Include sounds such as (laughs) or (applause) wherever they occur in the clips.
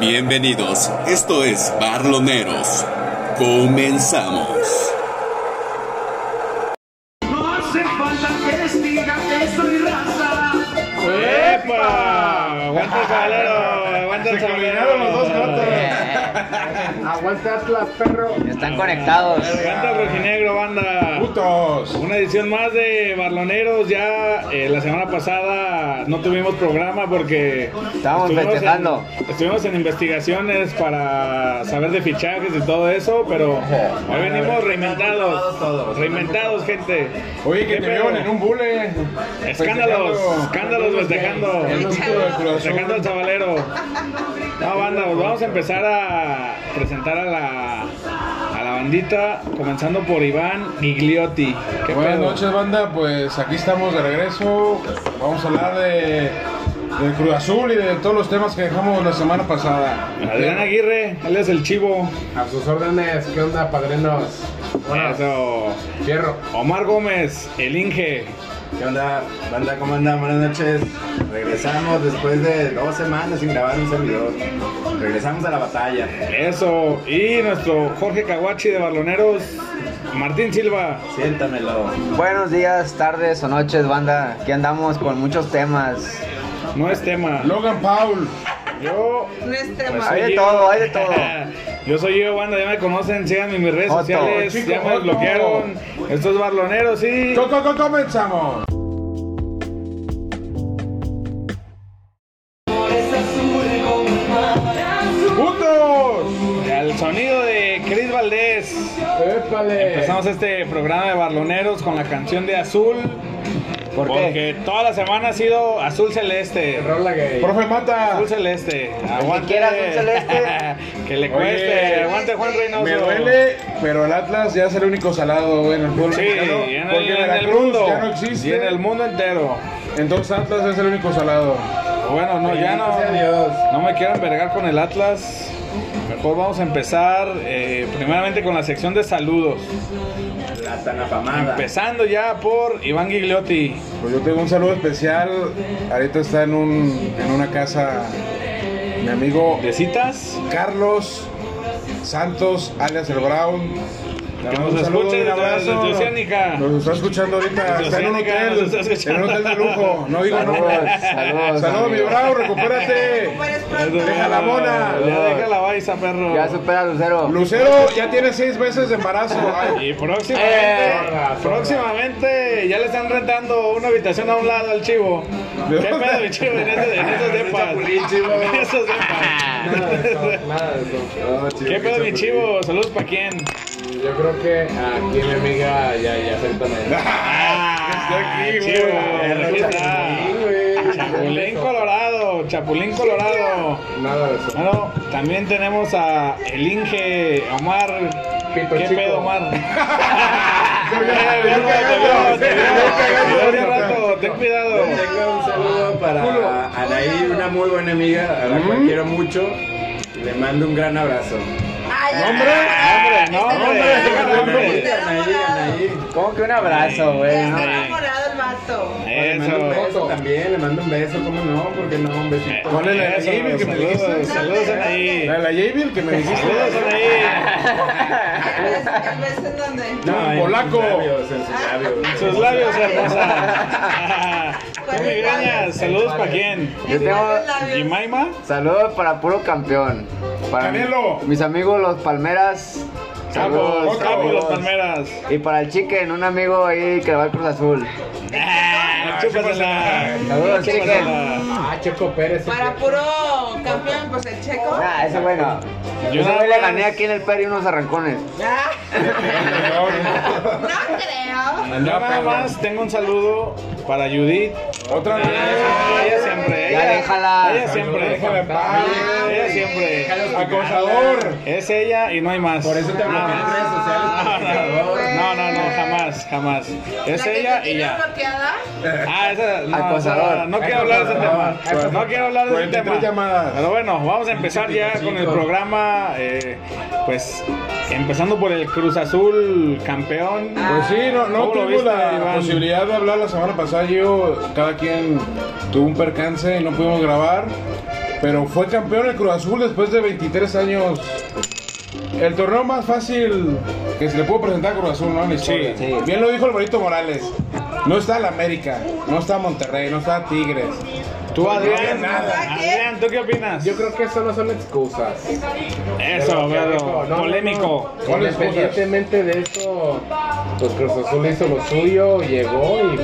Bienvenidos, esto es Barloneros. Comenzamos. No hace falta que les diga que soy raza. ¡Epa! ¡Aguanta el sabalero! ¡Aguanta el sabalero! los dos Aguanta Atlas, perro. Están conectados. ¡Aguanta el rojinegro, banda! Putos. Una edición más de Barloneros. Ya eh, la semana pasada no tuvimos programa porque. Estábamos estuvimos festejando. en- estuvimos en investigaciones para saber de fichajes y todo eso, pero hoy venimos reinventados. Reinventados, gente. Oye, que ¿Qué te pedo? vieron en un bule. Pues Escándalos, Festejando. escándalos festejando. El título del Cruz Azul. Sacando al chavalero. No, banda, pues vamos a empezar a presentar a la, a la bandita, comenzando por Iván Gigliotti. ¿Qué Buenas pedo? noches, banda. Pues aquí estamos de regreso. Vamos a hablar de, del Cruz Azul y de todos los temas que dejamos la semana pasada. Adrián Aguirre, él es el chivo. A sus órdenes, ¿qué onda, padrinos? Eso. Fierro. Omar Gómez, el Inge. ¿Qué onda, banda? ¿Cómo andan? Buenas noches. Regresamos después de dos semanas sin grabar un servidor. Regresamos a la batalla. Eso. Y nuestro Jorge Caguachi de Barloneros, Martín Silva. Siéntamelo. Buenos días, tardes o noches, banda. Aquí andamos con muchos temas. No es tema. Logan Paul. Yo No es tema. Pues Hay de soy todo, yo. hay de todo. (laughs) yo soy yo, banda, ya me conocen, síganme en mis redes Otto, sociales, chico, ya me Otto. bloquearon. Estos barloneros, sí. Co- co- co- Comenzamos. Putos. Al sonido de Cris Valdés. Épale. Empezamos este programa de barloneros con la canción de Azul. ¿Por qué? Porque toda la semana ha sido Azul Celeste. Rola gay. Profe Mata. Azul Celeste. Aguante. quiera Azul Celeste. (laughs) que le cueste. Oye, Aguante Juan Reynoso. Me duele, pero el Atlas ya es el único salado güey, en el fútbol Sí, mexicano, y en, el, porque en el Veracruz mundo. ya no Y en existe. el mundo entero. Entonces Atlas es el único salado. Bueno, no, ya no. Gracias a Dios. No me quiero envergar con el Atlas. Mejor vamos a empezar eh, primeramente con la sección de saludos. La tan afamada. Empezando ya por Iván Gigliotti. Pues yo tengo un saludo especial. Ahorita está en un en una casa mi amigo ¿De citas? Carlos Santos, alias el Brown. Le Que mando nos un saludo, escuche un desde- abrazo. desde Oceánica. Nos está escuchando ahorita. Desde Está en un Oceánica, hotel. nos está En un escuchando. hotel de lujo. No digo Saludos, nombres. saludos, Saludos, mi amigo. Brown. Recupérate. Pero es pronto. Deja la mona. Ya deja la baisa, perro. Ya supera a Lucero. Lucero ya tiene seis meses de embarazo. Ay, Y próximamente, zorra, zorra. próximamente ya le están rentando una habitación a un lado al chivo. ¿Qué ¿De dónde? pedo, mi chivo? En, ese- en esos depas. (laughs) En esos Nada de depas. eso, nada de eso. Oh, chico, ¿Qué pedo, mi chapulín. chivo? Saludos para quién. Yo creo que aquí mi amiga ya, ya (laughs) aceptan Ah, Estoy aquí, chivo, güey. aquí está. Chapulín Colorado, Chapulín Colorado. Nada de eso. Bueno, también tenemos a el Inge Omar. Pito ¿Qué chico. pedo, Omar? yo cagando, Te veo, yo cagando. te veo, te veo hace rato, Ten cuidado. Tengo un saludo para Anaí, una muy buena amiga a la cual quiero mucho. Le mando un gran abrazo. Ay, Hombre, ay, hombre, no, está hombre, enamorado, hombre. Anaí, está Anaí, enamorado. Anaí. ¿Cómo que un abrazo, güey? Está (laughs) no? enamorado (laughs) el mazo. Le mando un Eso. Eh, beso también, le mando un beso, ¿cómo no? Porque no, un besito. Ponle la Eso, Anaí, que me dijiste. Saludos, saludos Anaí. La, la Jabil que me dijiste. (laughs) Saludos Anaí. El beso- el beso en donde. No, en polaco. Sus labios, en sus labios. Sus labios, hermosa. Tú me grañas. Saludos para quién. Yo tengo Los labios. Jimaima. saludos para puro campeón. Para mi- Canelo. mis amigos los Palmeras. Capo, Saludos, capo los saludos. palmeras. Y para el Chicken, un amigo ahí que le va al Cruz Azul. Ah, chúpasela. Saludos, Chúpasela. Ah, Checo Pérez. Para puro campeón, pues el checo. Nah, ese güey no. Yo Ah, Yo nada le más- gané aquí en el Peri unos arrancones. Ah, Perdón. No Yo creo. nada más tengo un saludo para Judith. Otra vez. Ella, ella siempre. Ya Ella, déjala. Ella siempre. Déjala en paz. Ella siempre. Acosador. Es ella y no hay más. Ah. Por eso te bloqueé en redes sociales. por favor. (laughs) No, no, no, jamás, jamás. Es La que ella te y tiene ya. bloqueada. Ah, esa, no, Acosador. esa- no quiero hablar de ese tema. No quiero hablar de ese 43 tema. llamadas. Pero bueno, vamos a empezar ya con el programa. eh, pues empezando por el Cruz Azul campeón. Pues sí, no, no ¿Cómo lo tuvimos viste, la Iván? posibilidad de hablar la semana pasada. Yo, cada quien tuvo un percance y no pudimos grabar. Pero fue campeón el Cruz Azul después de 23 años. El torneo más fácil que se le pudo presentar a Cruz Azul, ¿no? En la historia. Sí. Bien lo dijo el Bonito Morales. No está el América, no está Monterrey, no está Tigres. Tú, Adrián, No, nada. Adrián, ¿tú qué opinas? Yo creo que eso no son excusas. Eso, pero pero polémico. ¿Cuál es Independientemente de eso, pues Cruz Azul hizo lo suyo, llegó y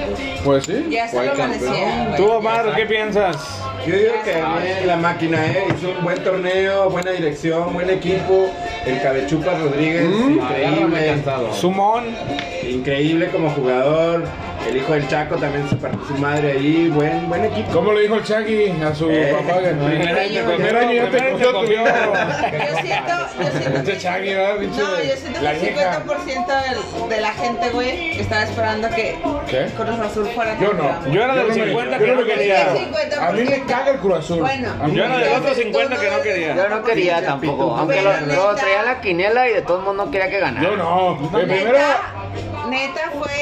pues, Pues sí. Ya se lo amanecía. güey. Tú, Omar, ¿qué piensas? Yo digo que bien la máquina eh, hizo un buen torneo, buena dirección, buen equipo. El Cabechupa Rodríguez, agárrame increíble. cansado. Sumón. Increíble como jugador. El hijo del Chaco también se partió su madre ahí. Buen, buen equipo. ¿Cómo le dijo el Chagui a su Eh. papá? que Primer no? año, Primer año ya te cogió tu Yo siento, yo siento Este Chagui, ¿verdad? Pinche No, yo siento que la el vieja. 50% del- de la gente, güey, estaba esperando que ¿Qué? Cruz Azul fuera Yo no. campeón. Yo era del no me- 50 yo que no me quería. El 50%. A mí me caga el Cruz Azul. Bueno. A Yo mí me era del caga. otro 50 que no Yo quería. no quería tampoco, aunque lo, lo traía la quinela y de todos modos no quería que ganara. Yo no. El primero. Neta, neta fue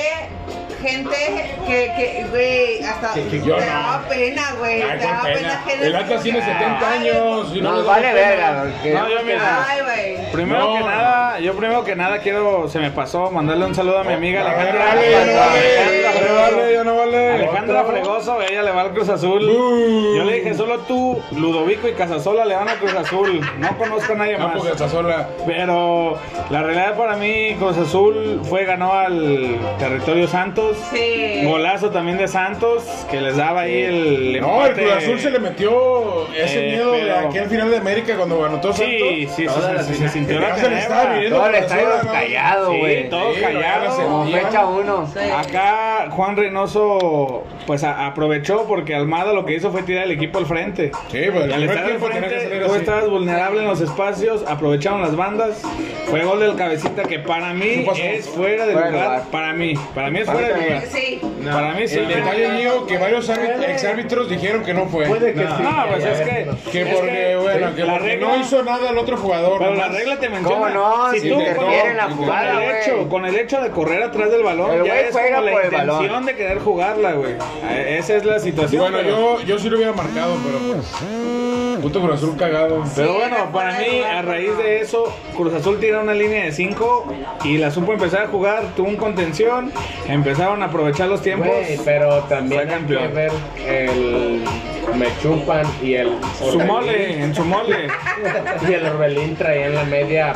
gente que, que, güey, hasta Que- que te yo no. daba pena, güey. Ay, Te qué daba pena. pena. que- El Atlas tiene 70 Ay, años. y no le Nos da vale pena. verga, porque... No, yo mira. Ay, güey. Primero No. que nada, yo primero que nada quiero, se me pasó, mandarle un saludo a mi amiga No vale, Alejandra. yo no vale. Alejandra No Fregoso. vale, yo no vale. Alejandra Fregoso, ella le va al Cruz Azul. Bú. Yo le dije, solo tú, Ludovico y Casasola le van al Cruz Azul. No conozco a nadie No, más. porque está sola. Pero la realidad para mí, Cruz Azul fue, ganó al territorio Santos. Sí. Golazo también de Santos, que les daba ahí el No, el empate. Cruz Azul se le metió ese Eh, miedo de pero- aquel final de América cuando ganó Santos. Sí, sí, sí, Toda sí, la sí, se final. sintió la Ya se le estaba tenebra. viniendo Todo el estadio Basura, ¿no? callado, Sí, güey. todos Sí, callados. no, Como Sí, fecha uno. Sí. Ah, Acá Juan Reynoso pues a- aprovechó porque Almada lo que hizo fue tirar el equipo al frente. Sí, pero Y el al primer estar al tiempo tenía que frente, salir tú así. estabas vulnerable en los espacios, aprovecharon las bandas. Fue gol del cabecita que para mí pasó? es fuera de Fuera de lugar. lugar. Para mí, para mí es fuera de lugar. Sí. No. Para mí sí. El detalle mío que varios árbit- exárbitros dijeron que no fue. No, pues es que. Que es porque, que bueno, que la porque regla- no hizo nada el otro jugador. Pero la nomás. regla te menciona. ¿Cómo no? Si tú interfiere con- en la con jugada, el güey. hecho, con el hecho de correr atrás del balón, El ya güey es juega como la por el balón. intención de querer jugarla, güey. Eh, Esa es la situación. Bueno, pero- yo, yo sí lo hubiera marcado, pero pues. Puto Cruz Azul cagado. Pero Sí, bueno, era para fuera de mí, lugar, a pero raíz no. de eso, Cruz Azul tiró una línea de 5 y la supo empezar a jugar, tuvo un contención, empezaron a aprovechar los tiempos. Güey, pero también Fue hay que campeón. ver el me chupan y el Su Orbelín. mole, en su mole. y el Orbelín traía en la media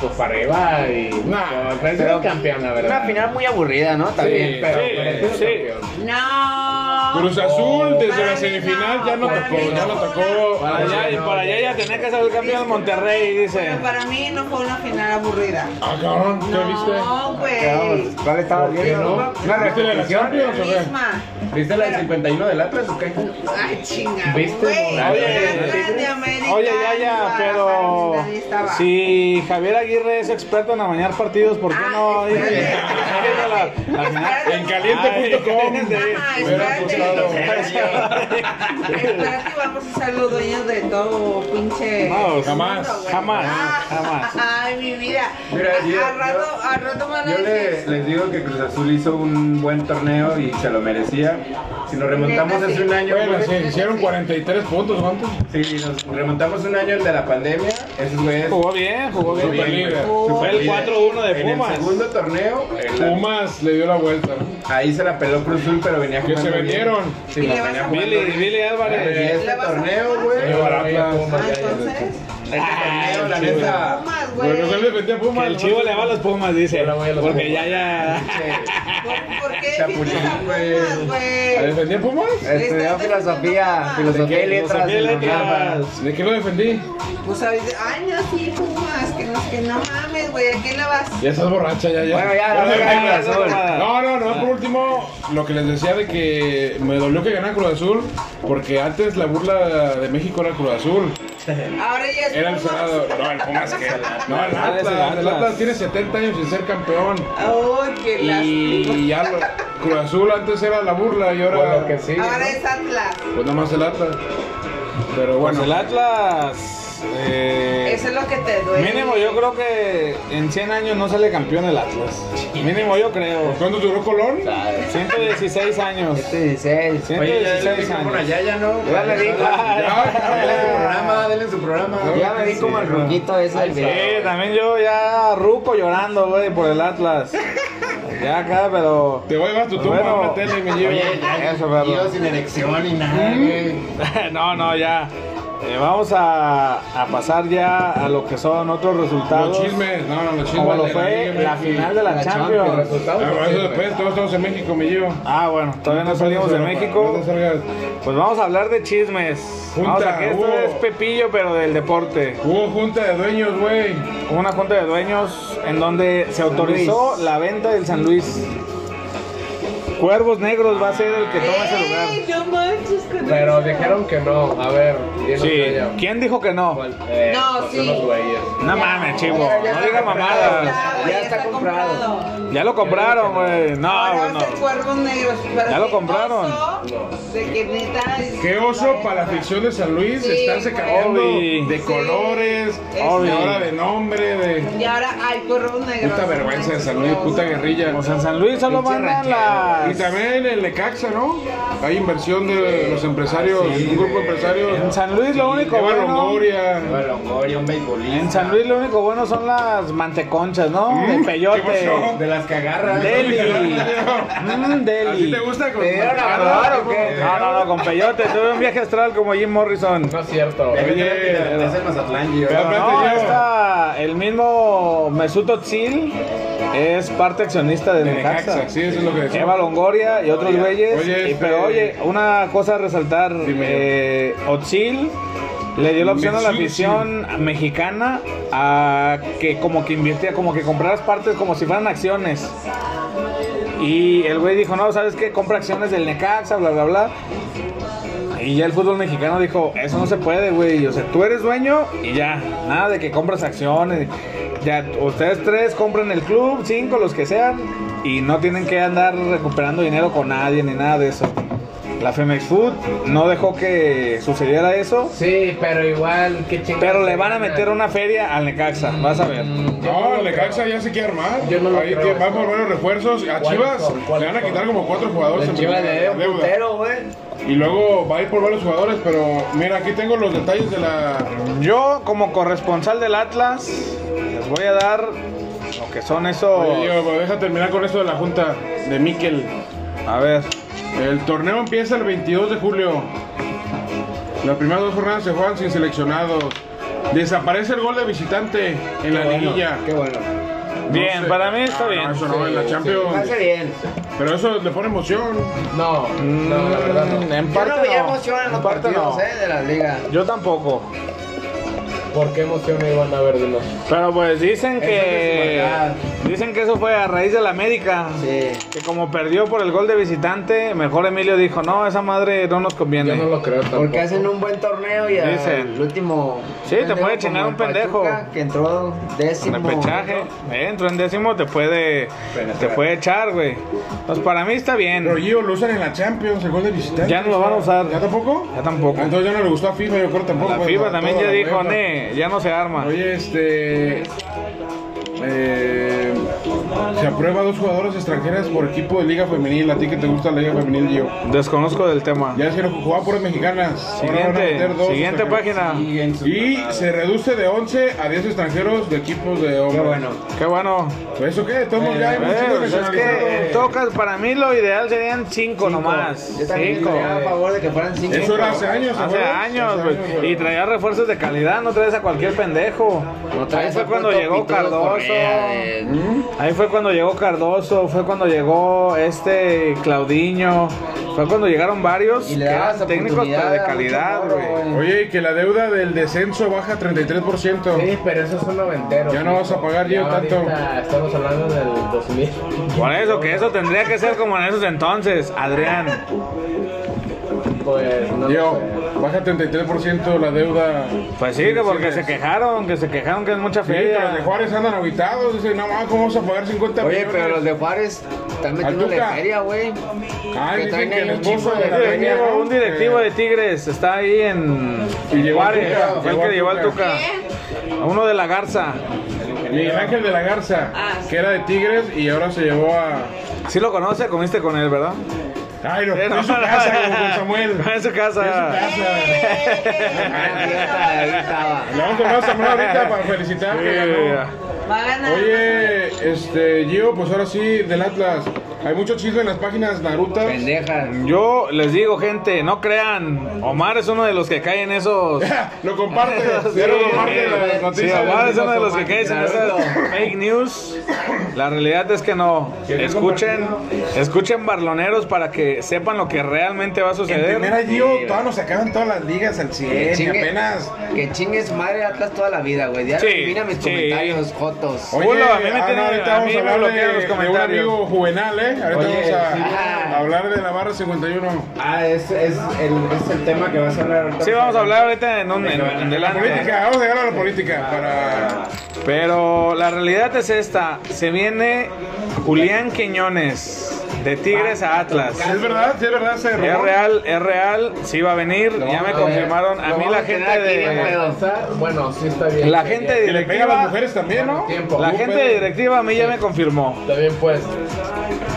pues para arriba y Nah, pero es el campeón la verdad Una final muy aburrida, ¿no? También. sí, pero Sí, pero es el sí. campeón. No. Cruz Azul desde Oh, Para la mí semifinal no, ya no para tocó, mí ya no no fue tocó. Para allá, y para allá ya tenía que ser el campeón del Monterrey, dice. Pero para mí no fue una final aburrida. Ah, cabrón, ¿qué viste? No, güey. Vamos, ¿Cuál estaba viendo? ¿Una ¿Viste la de la Champions o qué? Misma. ¿Viste la del 51 del Atlas o qué? Ay, chinga. ¿Viste? güey. Oye, Era Atlas de América, Oye, ya, ya, Guadalajara, pero ahí estaba. si Javier Aguirre es experto en amañar partidos, ¿por qué Ah, no? espérate. La- la final? (laughs) Espérate. En caliente.com. Ay, de- Ajá, Hubiera espérate. (laughs) Espérate, vamos a ser los dueños de todo pinche. No, jamás, mundo, güey. jamás, Ah, jamás. Ay, mi vida. Mira, a, yo- a rato, a rato me van a Yo le- decir. les digo que Cruz Azul hizo un buen torneo y se lo merecía. Si nos remontamos hace un año, Bueno, güey, se hicieron 43 puntos, ¿cuántos? si nos remontamos un año el de la pandemia, esos güeyes Jugó bien, jugó bien. Superliga. Oh, "Oh, Fue el 4-1 de En el Pumas. segundo torneo, el- Pumas le dio la vuelta. ahí se la peló Cruz Azul, pero venía Que jugando se bien. vendieron. Sí, Y la le vas venía a jugando Billy, bien. Billy Y Álvarez. este torneo, güey. Le dio al Atlas. Ah, entonces. este torneo, la Ay, chido. neta. Pumas, Pero no se le güey. vendía a Pumas. Que el chivo le va a los Pumas, dice. Yo le voy a los Porque ya, Pumas. ya. eh, ¿Por, por qué Chapulín, defiendes a güey. Pumas, ¿A güey? defendía Pumas? Eh. Estudió Este, filosofía, filosofía y letras. Filosofía y en la letras. UNAM. ¿De qué lo defendí? Pues a veces, ay, no, sí, Pumas, que no, que no mames, güey, ¿a quién le vas? Ya estás borracha, ya, ya. Bueno, ya, la me verga, caigo. ya, Cruz Azul. No, no, no, por último, lo que les decía de que me dolió que ganara Cruz Azul, porque antes la burla de México era Cruz Azul, Ahora ya es era el Pumas. Senado. No, el Pumas que. No, el Ah, es el Atlas. El Atlas. Atlas tiene 70 años sin ser campeón. Ay, Oh, qué lástima. Y ya lo- Cruz Azul antes era la burla y ahora. Bueno, que sí Ahora es Atlas. Pues nomás el Atlas. Pero bueno. Pues el Atlas. Atlas. eh, Eso es lo que te duele. mínimo yo creo que en 100 años no sale campeón el Atlas. Mínimo yo creo. ¿Cuánto duró Colón? 116 años. 116. Oye, ya le 116 dije por años. allá ya no. Ya le digo. Denle su programa, denle su programa. Ya me vi como el ruquito ese del Sí, video. también yo ya ruco llorando, güey, por el Atlas. Ya acá, pero... Te voy a llevar tu tumba Bueno. a una tele y me llevo. Oye, ya. Eso, perro. Tío, sin erección ni nada, güey. (laughs) no, no, ya. Eh, vamos a, a pasar ya a lo que son otros resultados. Los chismes, no, no, los chismes. Como lo de fue Liga la MX. final de la, La Champions. Champions. Ah, Resultados. pero eso pues, después, todos estamos en México, me llevo. Ah, bueno, todavía no salimos de México. No salgas. Pues vamos a hablar de chismes. Junta, vamos a que esto hubo- es Pepillo, pero del deporte. Hubo junta de dueños, güey. Hubo una junta de dueños en donde se autorizó la venta del San Luis. Cuervos Negros va a ser el que toma ese lugar. Ey, no manches con Pero eso. dijeron que no. A ver, ¿quién Sí. nos dueño? ¿Quién dijo que no? ¿Cuál? Eh, No, pues sí. unos güeyes. No mames, chivo. No diga mamadas. Ya, está comprado. Ya lo compraron, güey. No, Ahora güey, va a ser no. cuervos negros. pero Ah, Ya lo qué compraron. No. Oso, de que neta, Qué oso para la ficción de San Luis Sí, estarse güey. cambiando Obvi. de Sí. colores, Obvi. de ahora de nombre, de Este, Y ahora hay cuervos negros. puta vergüenza de San Luis, puta (laughs) guerrilla. O sea, en San Luis solo mandan las. Y también el Necaxa, ¿no? Hay inversión de los empresarios, un grupo de En empresarios. San Luis lo único Eva bueno. Longoria. Lleva Longoria, un beisbolista. En San Luis lo único bueno son las manteconchas, ¿no? Mm, De ¿qué peyote. pasó? De las que agarran. Deli. Mm, deli. ¿Así te gusta con ¿Te dieron a probar o qué? No, no, no, con peyote. Tuve un viaje astral como Jim Morrison. No es cierto. Oye, Oye, es el Mazatlán, Gio. Pero- Pero no, Espérate, yo. está el mismo Mesut Özil es parte accionista del De Necaxa. Necaxa, sí, eso es lo que decía. Eva Longoria y otros güeyes. Oye, Y- este- Pero oye, una cosa a resaltar, Dime. eh, Otzil le dio la opción a la Mesut afición mexicana a que como que invirtiera, como que compraras partes como si fueran acciones. Y el güey dijo, no, ¿sabes qué? Compra acciones del Necaxa, bla, bla, bla. Y ya el fútbol mexicano dijo, eso no se puede, güey. O sea, tú eres dueño y ya. Nada de que compras acciones. Ya, ustedes tres compran el club, cinco, los que sean. Y no tienen que andar recuperando dinero con nadie ni nada de eso. La Femex Food no dejó que sucediera eso. Sí, pero igual, qué chingada. Pero le van a meter una feria al Necaxa, vas a ver. No, el Necaxa ya se quiere armar. Yo no lo Ahí creo, tiene- va eso. por varios refuerzos. A ¿Cuáles Chivas son? le ¿Cuáles van a son? quitar como cuatro jugadores en Chivas primera le debe un deuda. Pero, güey. Y luego va a ir por varios jugadores, pero mira, aquí tengo los detalles de la. Yo, como corresponsal del Atlas, les voy a dar lo que son esos. Oye, Diego, pero deja terminar con esto de la junta de Miquel. A ver. El torneo empieza el 22 de julio. Las primeras dos jornadas se juegan sin seleccionados. Desaparece el gol de visitante en la liguilla. Qué bueno. No Bien, sé. para mí está Ah, no, bien. eso no, en la Sí, Champions. Pase bien. Pero eso le pone emoción. No, no, la verdad no. Mm, En Yo parte no veía no. emoción en los En parte partidos, no. eh, de la liga. Yo tampoco. ¿Por qué emoción iban a ver de los? Pero pues dicen que. desigualdad. Dicen que eso fue a raíz de la América. Sí. Que como perdió por el gol de visitante, mejor Emilio dijo: No, esa madre no nos Yo conviene. no lo creo tampoco. Porque hacen un buen torneo y al Dicen. último. Sí, te pendejo puede chingar como un el pendejo. Pachuca, Que entró décimo. Repechaje, eh, entró en décimo, te puede, te puede echar, güey. Pues para mí está bien. Pero Gio lo usan en la Champions, el gol de visitante. Ya no lo van a usar. ¿Ya tampoco? Ya tampoco. Ah, Entonces ya no le gustó a FIFA, yo creo tampoco. La pues, FIBA a también toda ya la dijo, UEFA. ne, ya no se arma. Oye, este. eh, se aprueba dos jugadoras extranjeras por equipo de Liga Femenil. A ti que te gusta la Liga Femenil, Gio. Desconozco del tema. Ya es que jugaba por mexicanas. Ahora van a meter Siguiente, dos este, siguiente extranjeras. página. Siguen sus Y mamadas. se reduce de 11 a 10 extranjeros de equipos de hombres. Qué bueno. Qué bueno. ¿Eso qué? Todos ya hay Eh, pues muchos es que nacionalizados. tocas, para mí lo ideal serían cinco, nomás. Yo también Cinco. estaría a favor de que fueran cinco. Eso era hace años, ¿te Hace acuerdas? años, Hace güey. años, güey. Y traía refuerzos de calidad, no traes a cualquier pendejo. No traes Ahí fue a cuando puto llegó Pitudo Cardoso. Correa, de- Ahí fue cuando llegó Cardoso, fue cuando llegó este Claudiño, fue cuando llegaron varios Y le que dabas eran técnicos oportunidad pero de a mucho calidad, morro, güey. güey. Oye, y que la deuda del descenso baja 33%. Sí, pero eso es un noventero. Ya no vas a pagar yo Ya tanto. ahorita Estamos hablando del 2000. Por eso, que eso tendría que ser como en esos entonces, Adrián. pues no Diego, lo sé. baja 33% la deuda. Pues sí, que porque se quejaron, que se quejaron que es mucha Sí, pero los de feria. Juárez andan aguitados. Dicen, no, ma, ¿cómo vamos a pagar 50 Oye, millones? pero los de Juárez están metiéndole Tuca. feria, güey. Ay, que dicen traen que ahí el un esposo chingo de de la feria, Peña, Directivo- ¿no? Eh. un directivo de Tigres está ahí en Y llegó Juárez, Tuca, fue el llegó que llevó al Tuca. Tuca, a uno de la Garza. Miguel Ángel de la Garza, Ah, sí. que era de Tigres y ahora se llevó a. Sí lo conoce, comiste con él, ¿verdad? Ay, no, Eh, no, en su no, casa, no, (laughs) como con Samuel. no, en su casa. En su casa. (laughs) Ahí estaba. Le vamos a hablar a Samuel ahorita para felicitar que ganó. Va a ganar. Oye, este, Gio, pues ahora sí, del Atlas. Hay mucho chisme en las páginas Naruto. Pues Pendejas. Yo les digo, gente, no crean, Omar es uno de los que cae en esos... Lo comparte. (laughs) Sí, Quiero comparte las sí, noticias. Omar es uno de los que cae en Claro. esas fake news. La realidad es que no. Escuchen, escuchen barloneros para que sepan lo que realmente va a En primera suceder. Gio, todas nos sacaban todas las ligas al 100 y Chingue- apenas. Que chingue su madre Atlas toda la vida, güey. Ya Sí, mira mis sí. comentarios, Jotos. Oye, Culo, a mí me ah, tienen- no, ahorita a vamos mí a me hablar de, bloquean los de un comentarios. amigo juvenal, ¿eh? Ahorita Oye, vamos a, sí. a hablar de la barra 51. Ah, es, es, el, es el tema que vas a hablar ahorita. Sí, vamos a hablar ahorita en un en, en La delante. política, vamos a llegar a la política para... Pero la realidad es esta. Se viene Julián Quiñones de Tigres a Atlas. ¿Es verdad? ¿Sí es verdad? ¿Se Es robó? real, es real, sí va a venir, ya me a ver, confirmaron. A lo mí vamos la a tener gente aquí bien de pedo. Bueno, sí está bien. la está gente bien. Que le pega a las mujeres también, ¿no? Tiempo. la Un gente pedo. directiva a mí ya me confirmó. Está bien, pues.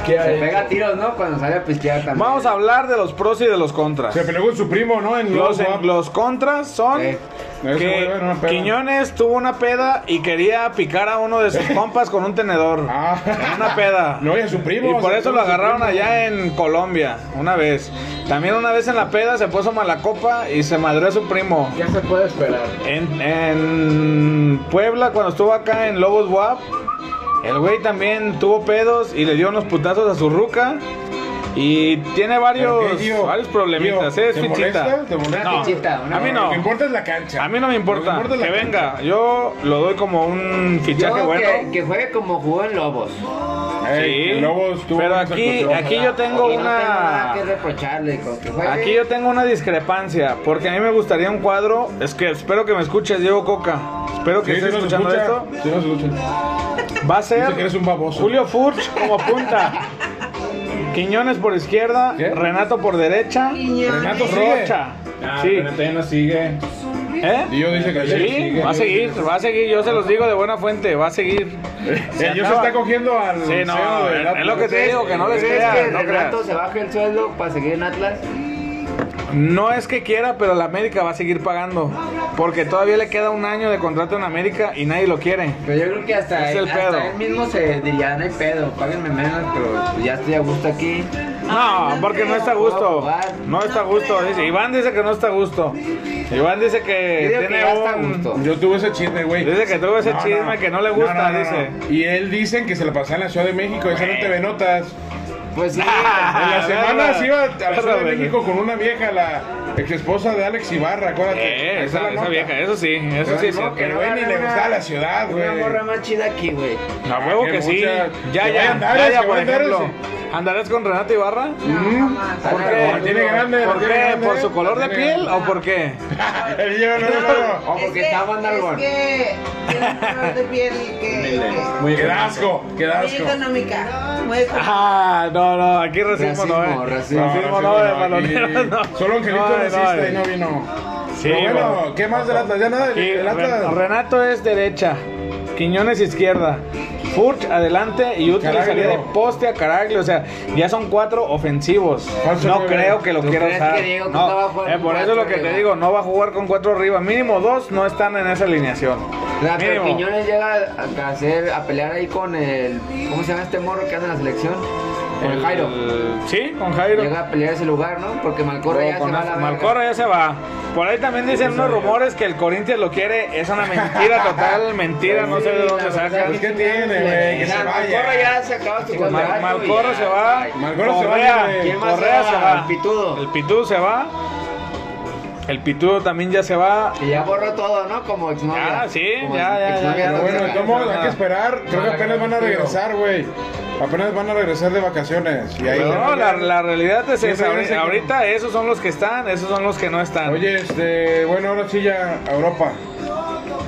¿Qué Se hay? pega tiros, ¿no? Cuando sale a pistear también. Vamos a hablar de los pros y de los contras. Se peleó con su primo, ¿no? En Los, Lobos Guap. los contras son Sí. Ese güey que era una peda. Quiñones tuvo una peda y quería picar a uno de (laughs) sus compas con un tenedor. Ah. (laughs) En una peda. No, y a su primo. Y por se eso peleó lo con su agarraron primo. allá eh. en Colombia, una vez. También una vez en la peda se puso mala copa y se madreó a su primo. ¿Qué se puede esperar? En, en Puebla, cuando estuvo acá en Lobos WAP, el güey también tuvo pedos y le dio unos putazos a su ruca. Y tiene varios, ¿Pero qué, tío? varios problemitas, Tío, ¿eh? Es ¿te fichita. molesta? ¿Te molesta? No, Fichita, una a mí vez. Lo no. que importa es la cancha. A mí no me importa. Lo es que la venga. Yo lo doy como un Yo fichaje que, bueno. que juegue como jugó en Lobos. cancha. Ey, Sí. el Lobos tuvo Pero muchas aquí, actuaciones. aquí yo tengo Y no tengo nada una. que reprocharle. con que juegue. Aquí yo tengo una discrepancia, porque a mí me gustaría un cuadro, es que espero que me escuches, Diego Coca, espero que Sí, sí estés nos escuchando escucha, esto. sí nos escucha. Va a Dice ser que eres un baboso. Julio Furch como punta. Quiñones por izquierda, ¿Qué? Renato por derecha, Renato sigue. Rocha. Ah, Sí. Renato ya no sigue. ¿Eh? Dio dice que Sí, va a seguir, va a seguir, yo se los digo de buena fuente, va a seguir. Se Eh, Yo se acaba. está cogiendo al. Sí, no, CEO del es- Atlas. es lo que te digo, que no les ¿Crees crea, que no Renato creas. se baje el sueldo para seguir en Atlas? No es que quiera, pero la América va a seguir pagando, porque todavía le queda un año de contrato en América y nadie lo quiere. Pero yo creo que Es hasta, él, el pedo. hasta él mismo se diría, no hay pedo, páguenme menos, pero ya estoy a gusto aquí. No, no porque no creo. está a gusto. Jugar. No está a gusto. Dice, Iván dice que no está a gusto. Iván dice que Yo digo que tiene ya está a un- (laughs) gusto. Yo tuve ese chisme, güey. Dice que tuvo ese chisme que no le gusta, dice. Eh. Y él dicen que se la pasaba en la Ciudad de México, eso no te ve notas. Pues sí. En las (laughs) Ah, semanas verga. iba a la Ciudad Verga, de verga. México con una vieja, la ex esposa de Alex Ibarra, acuérdate. Eh, Ahí está esa, la esa nota. vieja, eso sí, eso Pero sí. no, es cierto. que el güey ni le una- gustaba la ciudad, güey. Una morra más chida aquí, güey. A huevo que que sí. mucha- Ya, que ya, ya, vayan Dares, ya, que por vayan Dares, ejemplo. sí. ¿Andarás con Renato Ibarra? ¿Por La tiene grande, la ¿Por tiene qué? grande. ¿Por su color de La tiene piel grande. o por qué? El Diego, no, no, no. O porque está Vanderborn. Es que tiene un color de piel que- que... Qué asco, qué Muy asco. económica. Muy económica. (laughs) Ah, no, no, aquí racismo no, Racismo, eh. racismo. Racismo no, no, de aquí- baloneros (laughs) no. Solo Angelito No, no, eh, no, existe eh. y no vino. Sí, Pero bueno, bueno. ¿qué más del Atlas? Ya nada del Aquí, del Ren- Atlas. Renato es derecha, Quiñones izquierda, Furch adelante y Utrecht Caraglio. salía de poste a Caraglio. O sea, ya son cuatro ofensivos. Falso No nueve. creo que lo ¿Tú quiera crees usar. que Diego No, Coca va a jugar eh, con por eso es lo que cuatro te arriba? digo, no va a jugar con cuatro arriba. Mínimo dos no están en esa alineación. La pero Mínimo. Quiñones llega a, a hacer, a pelear ahí con el. ¿Cómo se llama este morro que anda en la selección? Con el Jairo. Sí, con Jairo. Llega a pelear ese lugar, ¿no? Porque Malcorra ya Con se va a la verga. Malcorra ya se va. Por ahí también dicen unos rumores que el Corinthians lo quiere. Es una (laughs) mentira total, mentira. No sé de dónde saca. Pues, ¿qué tiene, güey? Que Nah, se vaya. Malcorra ya se acaba su Mal- contrato. Malcorro y se ya, va. bye. Malcorro se va, Correa, ¿quién- quién más Correa se se va? va. El Pitudo. El Pitudo se va. El Pitudo también ya se va. Que ya borró todo, ¿no? Como exnovia. Ya, sí, Como ya, ya, ya, exnovia ya. Pero tóxica. bueno, ¿cómo? Hay que esperar. Creo que apenas van a regresar, güey. Apenas van a regresar de vacaciones. Y ahí No, la, la realidad es Sí, esa. pero ese- Ahorita, ahorita esos son los que están, esos son los que no están. Oye, este, bueno, ahora sí ya a Europa.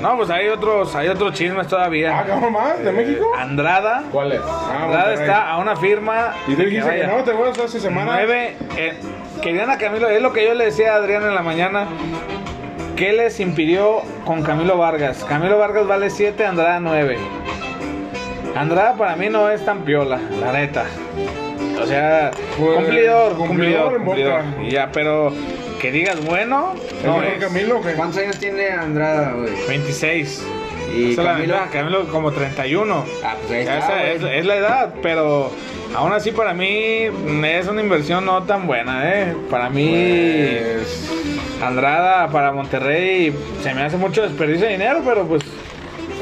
No, pues hay otros, hay otros chismes Ah, todavía. cabrón más, de México. Andrada, ¿Cuál es? Ah, Andrada Monterrey. está a una firma. Y tú de dijiste que vaya. no, te voy a hacer esta semana. Nueve, eh, querían a Camilo, es lo que yo le decía a Adrián en la mañana. ¿Qué les impidió con Camilo Vargas? Camilo Vargas vale 7, Andrada 9. Andrada para mí no es tan piola, la neta. O sea, Pues, cumplidor, cumplidor cumplidor, en cumplidor. boca. Y Ya, pero que digas bueno, ¿Es no mejor es. Camilo o qué? ¿Cuántos años tiene Andrada, güey? 26. Esa Y es la Camilo? ventaja, Camilo como 31. Ah, pues ahí está, Esa güey. es, es la edad, pero aún así para mí es una inversión no tan buena, ¿eh? Para mí Pues. Andrada para Monterrey se me hace mucho desperdicio de dinero, pero pues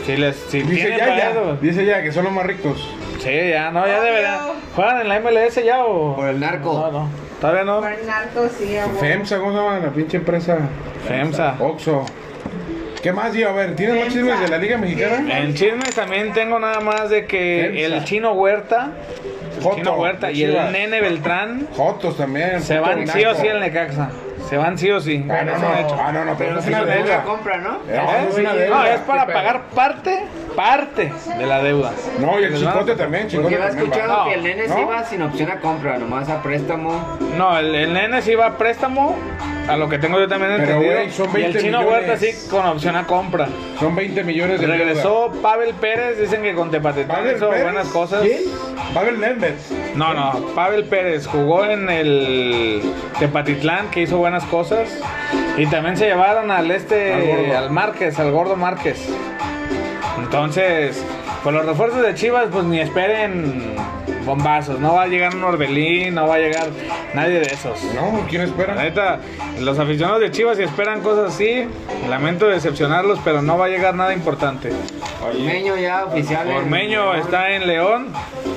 si les si Dice tienen ya, para ya. eso, Dice ya que son los más ricos. Sí, ya no, ya Obvio. deberían. ¿Juegan en la MLS ya o Por el narco. No, no. Todavía no. Por narco, sí, a huevo. FEMSA, ¿cómo se llama la pinche empresa? FEMSA. Oxxo. ¿Qué más, Gio? A ver, ¿tienen más FEMSA. chismes de la Liga Mexicana? En chismes también tengo nada más de que FEMSA. el chino Huerta, el Joto, chino Huerta de y el Chivas. nene Beltrán Jotos también. Se puto van sí o naco. sí al Necaxa. Se van sí o sí. Ah, no, Es un no. hecho. Ah, no, no, pero no es Sí, una Eh, pero es deuda. la compra, ¿no? No, es una ¿Eh? No, deuda. es para Qué pedo. pagar parte, parte de la deuda. No, y el Les chicote van- también, chicote Porque había también. escuchado va. que el nene No. se iba sin opción a compra, nomás a préstamo. No, el, el nene sí va a préstamo, a lo que tengo yo también Pero, entendido. güey, son y el 20 chino millones. Huerta sí con opción a compra. va. Son 20 millones de Regresó Pavel Pérez, dicen que con Tepatitlán Pavel hizo Pérez. buenas cosas. ¿Quién? Pavel Hernández. No, no, Pavel Pérez jugó en el Tepatitlán, que hizo buenas cosas. Y también se llevaron al Al este, gordo. al, Márquez, al gordo Márquez. Entonces, con los refuerzos de Chivas, pues ni esperen bombazos. No va a llegar un Orbelín, no va a llegar nadie de esos. No, ¿quién La espera? neta, los aficionados de Chivas si esperan cosas así, lamento decepcionarlos, pero no va a llegar nada importante. Ormeño ya oficial. en- Ormeño está en León.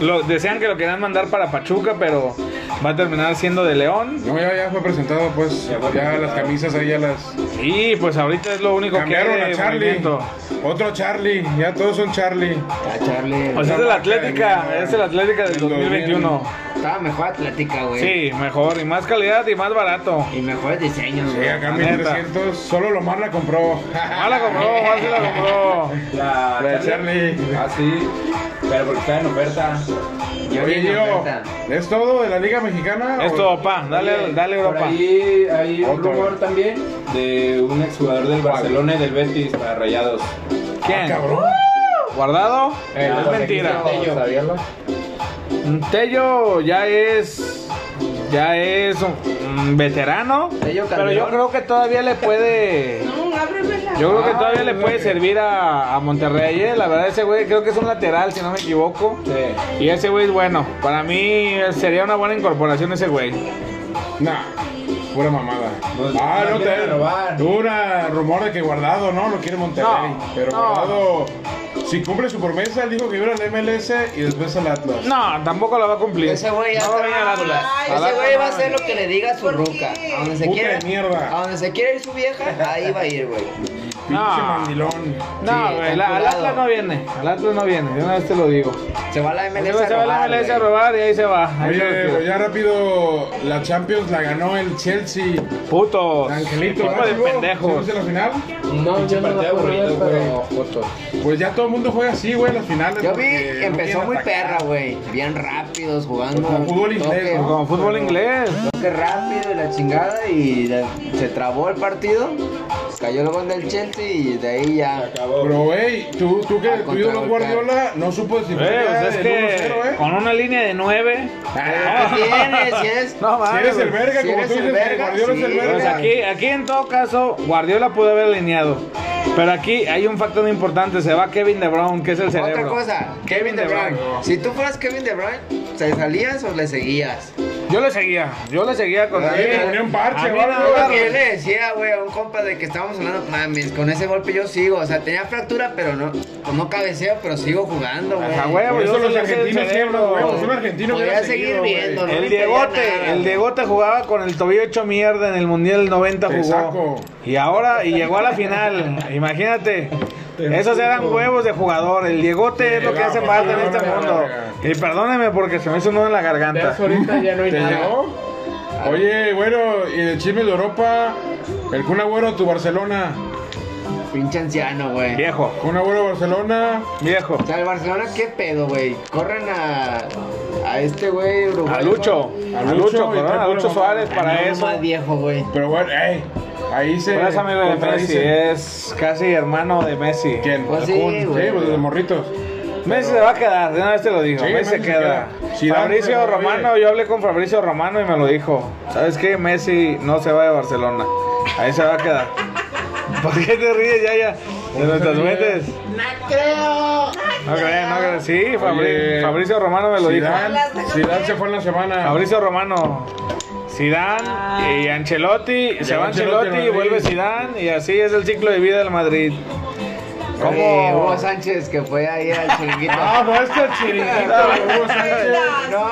Lo, desean que lo querían mandar para Pachuca, pero va a terminar siendo de León. No, ya, ya fue presentado, pues. Ya, Ya fue presentado. las camisas ahí ya las. Y pues ahorita es lo único Cambiaron que hay a de Charlie. movimiento. Otro Charlie. Ya todos son Charlie. Ah, Charlie. Pues es Una el marca de Atlética, mierda. es el Atlética del El 2021. Estaba mejor Atlética, güey. Sí, mejor y más calidad y más barato. Y mejores diseños, Sí, güey. acá La neta. 1300. Solo Lomar la compró. (laughs) Ah, la compró, Juan se la compró. La, La de Charlie. Ah, sí. Pero porque está en oferta. Yo Oye, ni me Gio, oferta. ¿es todo de la Liga Mexicana? Es ¿O- todo, pa, dale, dale Por Europa. ahí hay un Otro. rumor también de un exjugador del Barcelona y del Betis para Rayados. ¿Quién? Ah, Cabrón. ¿Guardado? Eh, es lo mentira. que dice Tello, ¿sabíanlo? Tello ya es ya es un, un veterano, Tello pero yo Calderón. creo que todavía le puede No, ábremela. yo creo que todavía le Ah, puede servir a, a Monterrey, eh. la verdad ese güey creo que es un lateral si no me equivoco. Sí. Y ese güey es bueno, para mí eh, sería una buena incorporación ese güey. Nah, pura mamada. Pues, ah, no no quieren te. renovar. Una rumor de que guardado, ¿no? Lo quiere Monterrey. No, pero no. guardado, si cumple su promesa, él dijo que iba al MLS y después al Atlas. No, tampoco la va a cumplir. Ese güey ya No va a venir al está. Atlas. Al Ay, Ese Atlas güey va a no hacer lo que le diga su ¿Por ruca. qué? A donde se Puta quiera. de mierda. A donde se quiera ir su vieja, ahí va a ir, güey. Pinche No. mandilón. No, Sí, güey, ten la- al cuidado. Atlas no viene, al Atlas no viene, de una vez te lo digo. Se va a la Se MLS a va a la robar, MLS a güey. robar y ahí se va. Ahí se lo Oye, tiro. pues ya rápido, la Champions la ganó el Chelsea. Putos. Angelito, Equipo de ¿no? pendejos. ¿Sí viste la final? No, yo no me acuerdo, partido aburrido, pero fotos. Pues ya todo el mundo juega así, güey, las finales. Yo vi porque que no empezó quieren muy atacar. perra, güey. Bien rápidos, jugando. Como fútbol inglés, toque, ¿no? Como fútbol inglés. toque rápido y la chingada. Y la- se trabó el partido. Cayó el gol del Chelsea y de ahí ya. Pero, güey, tú, tú que Al tu ídolo contragolpear. Guardiola no supo decir Eh, pues es que ¿eh? con una línea de 9. ¿Qué Ah, tienes? Si Ah. es- (laughs) No Si mames. eres el güey. verga, Si como eres tú el dices, que verga, Guardiola es el sí. Pues verga. aquí, aquí en todo caso, Guardiola pudo haber alineado. Pero aquí hay un factor importante, se va Kevin De Bruyne, que es el cerebro. Otra cosa, Kevin De Bruyne. Si tú fueras Kevin De Bruyne, ¿se salías o le seguías? Yo le seguía, yo le seguía con Sí, ponía un parche, A mí güey. nada Yo más- lo que yo le decía, güey, a un compa de que estábamos hablando, mames, con ese golpe yo sigo. O sea, tenía fractura, pero no, pues no cabeceo, pero sigo jugando, güey. Ajá, güey, Por yo eso los le hacía el argentinos siempre, cerebro. güey. pues Un argentino Podría hubiera seguir seguido, viendo, güey. ¿no? El le pedía Diegote, nada. el Diegote jugaba con el tobillo hecho mierda en el Mundial del 90 Te jugó. saco. Y ahora, y llegó a la final, imagínate. Esos eran huevos de jugador. El Diegote es lo que hace falta en este mundo. Y perdóneme porque se me hizo un nudo en la De garganta. eso ahorita ya no hay ¿Te nada. llegó? Oye, bueno, y el chisme de Europa, el Kun Agüero, tu Barcelona. Pinche anciano, güey. Viejo, Kun Agüero, Barcelona. viejo. O sea, el Barcelona, ¿qué pedo, güey? Corran a, a este güey uruguayo. A Lucho, A a Lucho, Lucho, y perdón, tal, a Lucho pura Suárez Ah, para no, eso. más viejo, güey. Pero bueno, ey, ahí se. Pero es amigo de Messi, contradicen. es casi hermano de Messi. ¿Quién? Pues El sí, Kun. güey. Sí, pues los morritos. Messi se va a quedar, de una vez te lo digo. Sí, Messi se Messi queda. se queda. Zidane se Fabricio va, Romano, oye. yo hablé con Fabricio Romano y me lo dijo. ¿Sabes qué? Messi no se va de Barcelona. Ahí se va a quedar. (laughs) ¿Por qué te ríes, ya, ya? De nuestras mentes. No creo. No creo, no creo. Sí, Fabri- Oye, Fabricio Romano me lo dijo. Zidane, Zidane se fue en la semana. Fabricio Romano. Zidane y Ancelotti, se va Ah. Ancelotti, Ancelotti y Madrid. vuelve Zidane y así es el ciclo de vida del Madrid. Como ¿Cómo? Hugo Sánchez, que fue ahí al chiringuito. (laughs) Ah, no, es que el (laughs) chiringuito de Hugo Sánchez. No,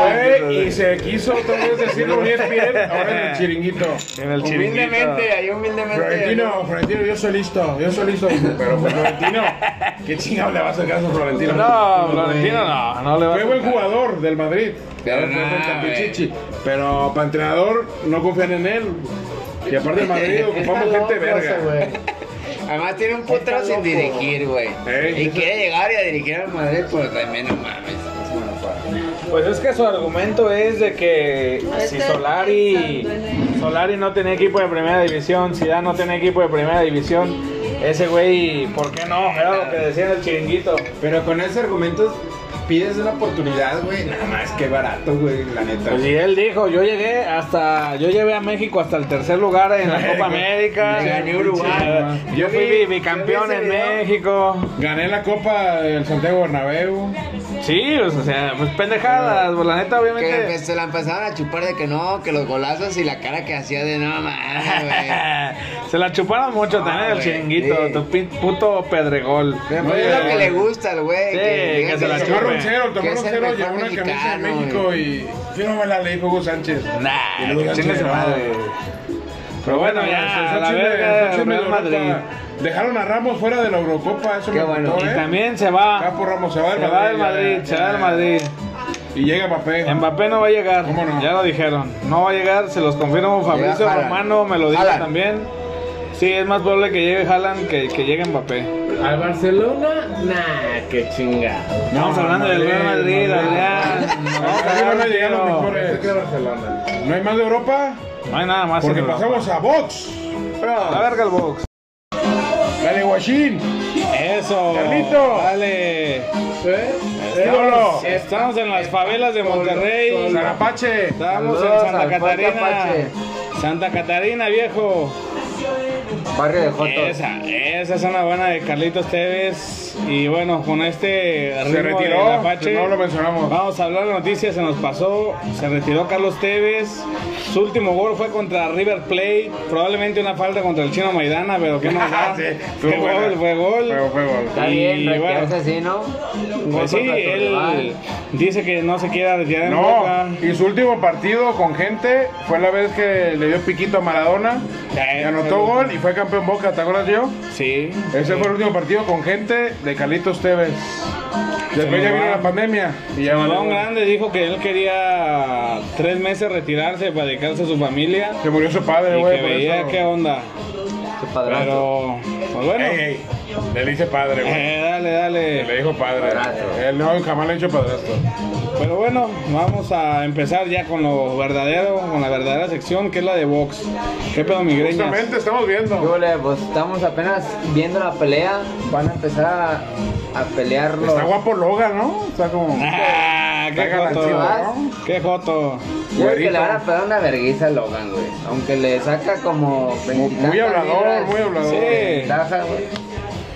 Fue y se quiso otra vez decirlo bien, (laughs) bien, ahora en el chiringuito. En el Humildemente, chiringuito. ahí humildemente. Florentino, Florentino, yo soy listo, yo soy listo. Pero pues, Florentino, ¿qué chingado le va a hacer caso a Florentino? No, Florentino no, no le va a Fue buen tocar. jugador del Madrid. Pero Ahora fue no, con Tampichichi. Pero para entrenador no confían en él. Y aparte (laughs) el Madrid Está ocupamos gente loco ese verga. güey. Además tiene un Está putero sin loco. dirigir, güey. Ey, Y eso- quiere llegar y a dirigir al Madrid, pero también no mames. Pues es que su argumento es de que si Solari, Solari no tenía equipo de primera división, Zidane no tenía equipo de primera división, ese güey, ¿por qué no? Era lo que decía en el chiringuito. Pero con esos argumentos pides una oportunidad, güey. Nada más que barato, güey, la neta. Pues y él dijo, yo llegué hasta, yo llevé a México hasta el tercer lugar en la Copa América. Y gané Uruguay. Yo fui bi- bicampeón yo vi en ese video. México. Gané la Copa del Santiago Bernabéu. Sí, pues, o sea, pues pendejadas, pues, la neta Que obviamente. empe- se la empezaron a chupar de que no, que los golazos y la cara que hacía de no mames, (laughs) güey. Se la chuparon mucho Ah, también el güey, chiringuito, sí. tu pin- puto pedregol. Pero pues es lo que le gusta al güey. Sí, diga que se la es el- Tomás chupe. Roncero, que Tomás es el Roncero mejor llevó una camisa de mexicano, México güey. y fírmamela, le dijo Hugo Sánchez. Y luego Nah, ya Ah, chingue su no. madre. Pero bueno, se- ya, se a la chisme- verga, se el chisme Real de Madrid. Europa. Dejaron a Ramos fuera de la Eurocopa, eso Qué me bueno. gustó, Y ¿eh? también se va. Capo Ramos se va del Se Madrid. va del ya, Madrid, ya, se va del ya. Madrid. Y llega Mbappé. Mbappé no va a llegar, ¿Cómo no? ya lo dijeron. No va a llegar, se los confirmo. Fabricio Haaland. Romano me lo dijo Haaland. también. Sí, es más probable que llegue Haaland que, que llegue Mbappé. Al Barcelona, nah, qué chingada. Estamos hablando del Real Madrid, Adrián. Ahí van a llegar los No, Pensé que mejores. era Barcelona. ¿No hay más de Europa? No hay nada más. Porque en Europa. pasamos a Vox. A verga el box. Dale, Guachín. Eso. Carlito. Dale. ¿Eh? Ídolo. Estamos en las favelas de Monterrey. Zarapache. Estamos en Saludos Santa al Catarina. Fuerte Santa Catarina, viejo. Barrio de Jotos. Esa, esa es una buena de Carlitos Tevez. Y bueno, con este Se ritmo de retiró. Apache, Ah, No lo mencionamos. Vamos a hablar de noticias, se nos pasó, se retiró Carlos Tevez, su último gol fue contra River Plate, probablemente una falta contra el chino Maidana, pero que (laughs) nos da, Sí, estuvo ah, fue buena. gol, fue gol. Fue- fue gol. Está Y bien, bueno. retirarse así, ¿no? Pues sí, Contra tu él rival. dice que no se quiere retirar en Boca. No, y su último partido con gente fue la vez que le dio piquito a Maradona. Ya, Y ya, anotó ya. gol y fue campeón Boca, ¿te acuerdas yo? Sí. Ese fue el último partido con gente de Carlitos Tevez. Después ya vino la pandemia y ya valió. Don Grande dijo que él quería tres meses retirarse para dedicarse a su familia Se murió su padre, y güey. que por veía eso. qué onda. Su padrastro. Pero, pues bueno, Ey, ey, le dice padre, güey. eh, dale, dale. Le dijo padre. Padrastro. Él no, jamás le ha dicho padrastro. Pero bueno, vamos a empezar ya con lo verdadero, con la verdadera sección que es la de box. ¿Qué pedo, migreñas? Justamente estamos ¿Qué viendo. huele? Pues estamos apenas viendo la pelea. Van a empezar a, a pelear los. Está guapo Logan, ¿no? Está como. Ah, ¡Qué Está joto! galancivas. ¡Qué joto! Yo creo que le güerito. van a pegar una verguiza a Logan, güey. Aunque le saca como. Muy hablador, muy hablador. Sí. Ventaja, güey.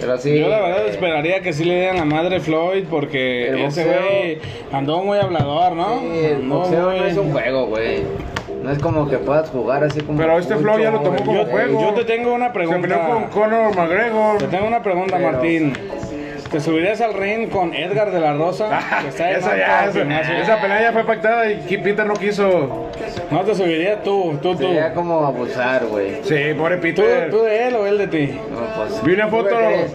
Pero sí. Yo la verdad eh, esperaría que sí le dieran la madre Floyd porque El ese boxeo- güey andó muy hablador, ¿no? sí, el Andó boxeo no muy- es un juego, güey. No es como que puedas jugar así como. Pero este flow ya lo tomó como yo, juego. yo te tengo una Se peleó con pregunta. Conor McGregor. Te tengo una pregunta, Pero- Martín. ¿Te subirías al ring con Edgar de la (laughs) Rosa? que está de Ah, esa, marca ya, al esa- gimnasio? esa pelea ya fue pactada y Ki- Peter no quiso. No te subirías tú, tú, tú. Sería como abusar, güey. Sí, pobre ¿Tú, Peter. tú de él o él de ti? No, pues, Vi una ¿tú qué foto crees?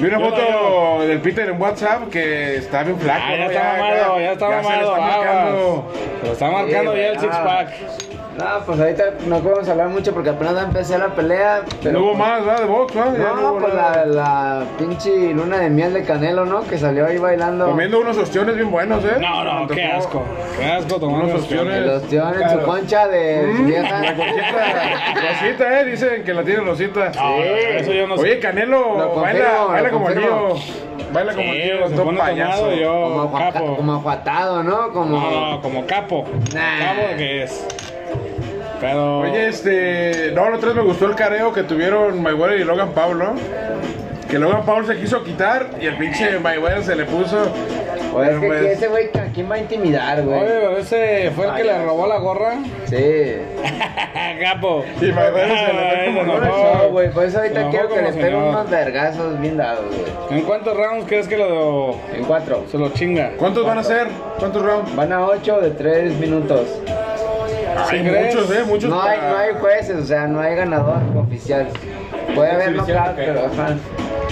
Vi Yo una la foto del Peter en WhatsApp que está bien flaco. Ah, ya ¿no? está mamado, ya está ya se le mamado. está marcando. aguas. Lo está marcando ya el ah. six pack. No, pues ahorita no podemos hablar mucho porque apenas empecé la pelea. Pero pues, no hubo pues- más, ¿verdad? De box, ¿verdad? Ya No, hubo pues nada. la, la pinche luna de miel de Canelo, ¿no? Que salió ahí bailando. Comiendo unos ostiones bien buenos, ¿eh? No, no, Me qué tocó asco. Qué asco tomar Unos unos opciones. Los tíos en su Claro. concha de su vieja. Mm. La cosita, Rosita, ¿eh? Dicen que la tiene Rosita. Eso yo no sé. Oye, Canelo, Lo confirmo, baila, baila lo como el mío. confirmo. Baila como el Sí, mío, se todo pone payaso. tomado, Como, yo ajuata- capo. como ajuatado, ¿no? Como. No, no, como capo. Nah. Capo que es. Pero. Oye, este. No, la otra vez me gustó el careo que tuvieron Mayweather y Logan Paul, ¿no? Que Logan Paul se quiso quitar y el pinche Mayweather se le puso. Oye, es Pero que, pues, que ese güey, ¿a quién va a intimidar, Oye, güey? pero ese fue el que le robó la gorra. (laughs) Sí. capo. Y me acuerdo, se le fue Ay, como se no, enojó. No, güey, por eso Se ahorita enojó quiero que como le peguen señor. unos vergazos bien dados, güey. ¿En cuántos rounds crees que lo En cuatro. se lo chinga? ¿Cuántos van a ser? ¿Cuántos rounds? Van a ocho de tres minutos. Hay crees? muchos, ¿eh? Muchos. No hay, para- no hay jueces, o sea, no hay ganador oficial. Puede haber knockout, pero ajá,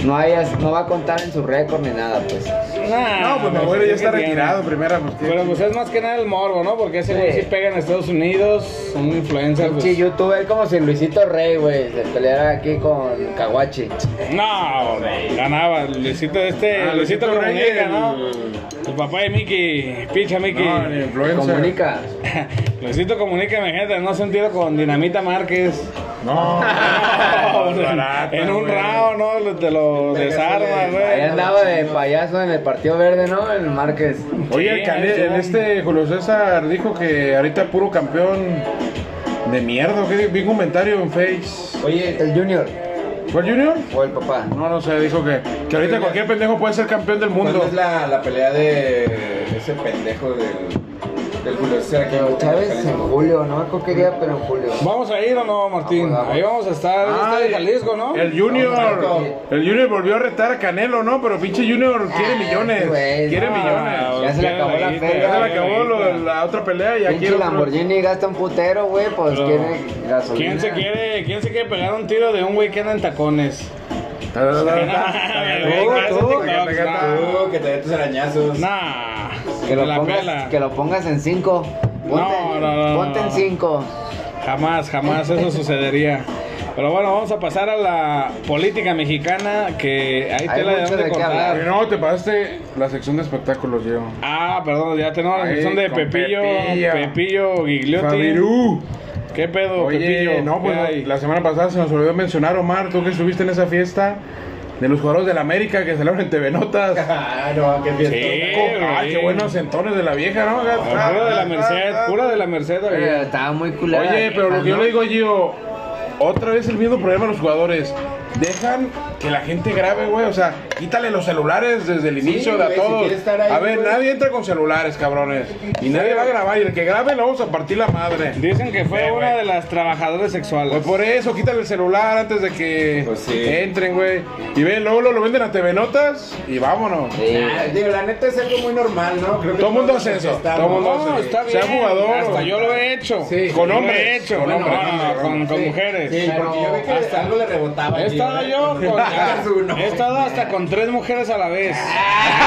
no, hay, no va a contar en su récord ni nada, pues. Nah, No, pues güey, Mayweather ya ¿qué está tiene? retirado, en primera. pues, Pero pues es más que nada el morbo, ¿no? Porque ese güey sí Sí. pega en Estados Unidos, un influencer. Sí, Pues... YouTube es como si Luisito Rey, güey, se peleara aquí con Kawachi. No, ganaba. Luisito este, Ah, Luisito, Luisito comunica, Reyes, ¿no? el- El papá de Mickey, pincha Mickey. No, ni influencer. Comunica. (laughs) Luisito comunica, mi gente, no se un tiro con Dinamita Márquez. No. (laughs) en, Ah, pues, barata, en un güey. round, ¿no? Lo- Te lo desarma, Ahí güey. andaba de payaso en el Partido Verde, ¿no? El Márquez. Oye, el Sí, Cane- estuvo- en este Julio César dijo que ahorita puro campeón de mierda. ¿qué? Vi un comentario en Face. Oye, El Junior. ¿Fue el Junior? O el papá. No, no sé, dijo que, que ahorita cualquier pendejo puede ser campeón del ¿cuándo mundo. es la, la pelea de ese pendejo del, del Julio César aquí en Chávez en Jalisco? julio, no me acuerdo qué día, pero en julio. ¿Vamos a ir o no, Martín? Ah, pues, vamos. Ahí vamos a estar. está Ay, en Jalisco, ¿no? El Junior. El Junior volvió a retar a Canelo, ¿no? Pero pinche Junior quiere Ah, millones. güey, Quiere no. millones. Ah, Ya se le qué acabó la rayita, feria. Ya se le qué acabó lo- rayita. la otra pelea y aquí Pinche el otro- Lamborghini gasta un putero, güey, pues Pero, quiere gasolina. ¿Quién se quiere, quién se quiere pegar un tiro de un güey que anda en tacones? Ta, ta, ta, Tú, tú. ta. Ta, ta, ta, ta. Tú, que te dé tus arañazos. Nah, Que te la lo, pela. pongas, que lo pongas en 5. No, no, no, Ponte no, en no. 5. Jamás, jamás eso sucedería. Pero bueno, vamos a pasar a la política mexicana que ahí Hay te la de mucho dónde de qué Ay, cortar. hablar. No, te pasaste la sección de espectáculos, yo. Ah, perdón, ya tenemos la Ahí, sección de con Pepillo, Pepillo. Pepillo Gigliotti. Fabirú. ¿Qué pedo, Oye, Pepillo? no, pues ¿Qué hay? la semana pasada se nos olvidó mencionar, Omar, tú que estuviste en esa fiesta de los jugadores de la América que salieron en TV (laughs) Notas. (laughs) Ah, no, qué fiesta. Sí. Ah, güey. qué buenos entones de la vieja, ¿no? Pura de la Merced, pura de la Merced, Pero Eh. güey. estaba muy culera. Oye, pero lo que yo le digo, Gio, otra vez el mismo problema a los jugadores. Dejan que la gente grabe, güey. O sea, quítale los celulares desde el inicio de a güey, si todos. quiere estar ahí, a ver, güey. nadie entra con celulares, cabrones. Y nadie va a grabar. Y el que grabe, lo vamos a partir la madre. Dicen que fue Eh, una güey. de las trabajadoras sexuales. Pues por eso, quítale el celular antes de que Pues sí. entren, güey. Y ven, luego luego lo venden a TV Notas y vámonos. Ah, digo, la neta es algo muy normal, ¿no? Creo que Todo el mundo todos hace eso, estamos- todo el mundo No, hace. está bien. Sea jugador Hasta o- yo lo he hecho. Sí. Yo Con lo he hombres, hecho. con No, hombres, no, no, hombres. Ah, con, con Sí. mujeres. Sí, porque yo vi que Hasta- algo le rebotaba. He allí, estado ¿verdad? yo con, Sacas uno. he estado hasta con tres mujeres a la vez.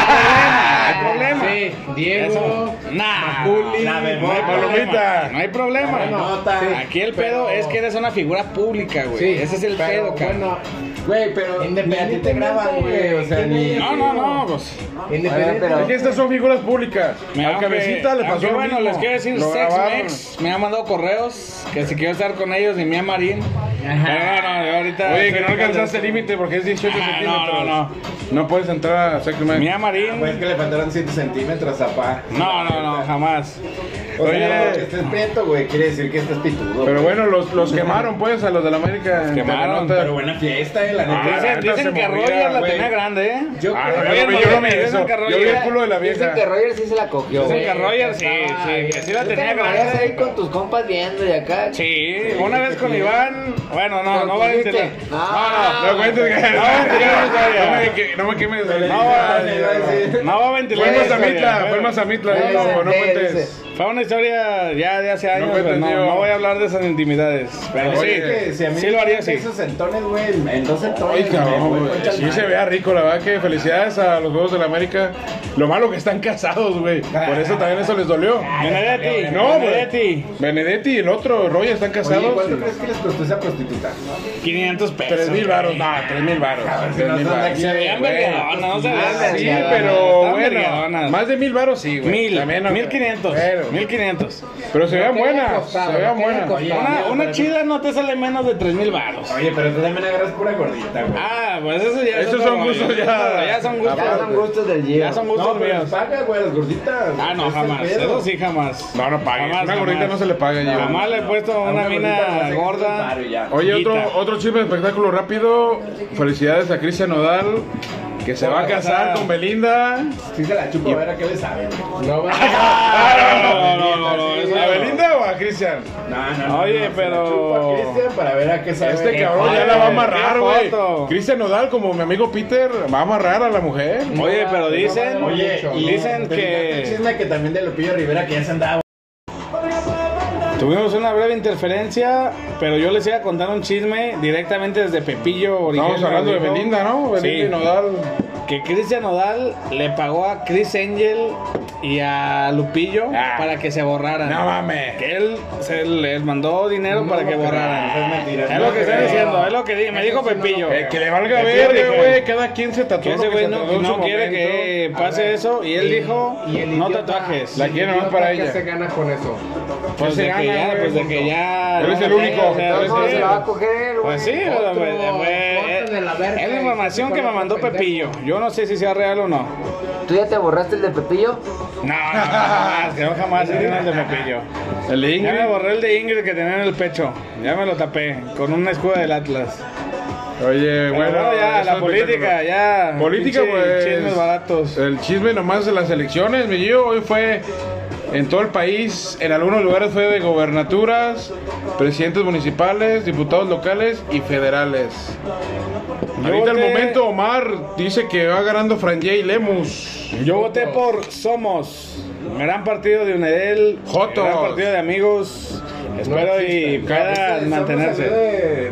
No hay problema. Sí, Diego, Eso. Nah. Maculi, No hay Navemota. problema. No hay problema. Navemota. Sí. Aquí el pedo Pero- es que eres una figura pública, güey. Sí, Ese es el pero, pedo, cabrón. Bueno, güey, pero. Independiente- ni a ti te graban, güey. O sea, ni. No, no, no, pues. Independiente. Oye, Es que estas son figuras públicas. Me- Al aunque- cabecita le aunque pasó lo bueno, mismo. les quiero decir, Lo grabaron. Sexmex me ha mandado correos que si quiero estar con ellos, ni Mía Marín. Pero bueno, yo ahorita. Oye, que no estoy- alcanzaste el límite porque es 18 Ah, centímetros. no, no, no. No puedes entrar a Sex Man. Mía Pues Marín. es que le faltaron 7 centímetros a pa. No, no, no, jamás. O sea, Oye. que estés prieto, güey, quiere decir que estás pitudo. Pero bueno, los, los quemaron, pues, a los de la América. en Quemaron, TV Notas. Pero buena fiesta, eh, la Ah, neta. la Dicen, neta dicen se que movía, Roger la güey. tenía grande, ¿eh? Yo Ah, creo no, yo no vi- yo no vi Dicen eso. que Yo vi el Roger- culo de la Dicen vieja. que Roger sí se la cogió. Dicen güey. que Roger, sí, Estaba sí, bien. que sí la Tú tenía te la mareas ahí grande. con tus compas viendo y acá. Sí, una vez con Iván. Bueno, no, Pero no va a dijiste, entender. no, No (laughs) cuentes que. (laughs) No, No no, me que- no me quemes. No, Ay, no, no, no, no. No va a ventilar. Fue en la Mazamitla, historia, fue en pero- Mazamitla. Ahí ¿eh? No, dice, no ahí cuentes. dice. Fue una historia ya de hace años, me pero no, entendió. no voy a hablar de esas intimidades. Pero sí, Oye, que si a mí sí me lo haría, dan sí. Esos centones, güey, en- en dos centones. Ay, cabrón, güey. Sí se vea rico, la verdad que felicidades a los Juegos de la América. Lo malo que están casados, güey. Por eso también eso les dolió. Ah, Benedetti, No, güey. Benedetti. Benedetti y el otro, Roya, están casados. Oye, ¿cuánto crees que les costó esa prostituta? 500 pesos. Tres mil güey. varos, no, tres mil varos. Tres no mil son de varos. aquí, Sí, Se veían güey. vergueronas, no se veían Sí, vergueronas. pero Estaban bueno, vergueronas. más de mil varos sí, güey. Mil, También, mil quinientos, Bueno, mil quinientos. Pero se vean ¿Qué le ha buenas, se costado? vean ¿Qué le ha buenas. costado? Una, una chida no te sale menos de tres mil baros. Oye, pero tú también agarras pura gordita, güey. Ah, pues eso ya es Esos otro son rollo. gustos ya- Ya son gustos. Ya son gustos del Gio. Ya son gustos no, pero míos. paga, güey, las gorditas. Ah, no, este Ese jamás. pedo. Eso sí, jamás. No, no pague. Jamás, Una gordita jamás. no se le paga, Jamás yo. le he puesto A a una gordita le mina sacan un gorda. paro y ya. Oye, otro, Chiquita. otro chisme de espectáculo rápido. Felicidades a Cristian Nodal, que se va a casar con Belinda. Sí se la chupo a ver a qué le sabe, güey. No, va- Ah, no, no, no, no, eso ¿A no. Belinda o a Cristian? No, no, no. Oye, no, se la pero- chupo a Cristian para ver a qué sabe. Este Qué cabrón ya joder, la va a qué amarrar, güey. foto. Cristian Nodal, como mi amigo Peter, va a amarrar a la mujer. Oye, pero dicen. no, no, Oye, y Dicen te fijaste el que- chisme que también de Lupillo Rivera que ya se andaba. Tuvimos una breve interferencia, pero yo les iba a contar un chisme directamente desde Pepillo Origel, Estamos hablando de dijo Belinda, ¿no? Sí. Belinda y Nodal. Que Cristian Nodal le pagó a Chris Angel y a Lupillo Ah. para que se borraran. No mames. Que él se les mandó dinero para que borraran. Es mentira. Ah, Es lo que está creo. diciendo, es lo que di- me dijo Pepillo. Eh, que le valga Pepillo ver, dijo, güey. Cada quien se Que tatúa lo ese que güey se no, tatuó en no su quiere momento. que pase eso y él dijo, y el no idiota- tatuajes. La quiere nomás para ¿Qué ella. se gana con eso? Pues de que ya, pues de que ya. Él es no el lo único. tengo, o sea, Entonces, pues, se la va a coger, Pues sí, pero, pues, eh, es la información que me mandó Pepillo. Yo no sé si sea real o no. ¿Tú ya te borraste el de Pepillo? No, no, jamás, que no jamás se tiene el de Pepillo. El de Ya Ingrid. me borré el de Ingrid que tenía en el pecho. Ya me lo tapé con una escudo del Atlas. Oye, Pero bueno. bueno, ya, eso la es política, espectacular. ya. Política, pinche pues. Chismes baratos. El chisme nomás de las elecciones, mi Gio. Hoy fue en todo el país, en algunos lugares fue de gobernaturas, presidentes municipales, diputados locales y federales. Yo Ahorita al voté- momento Omar dice que va ganando Franje y Lemus. Yo voté por Somos. Gran partido de Unedel. Jotos. Gran partido de amigos. Espero y puedan mantenerse. eh,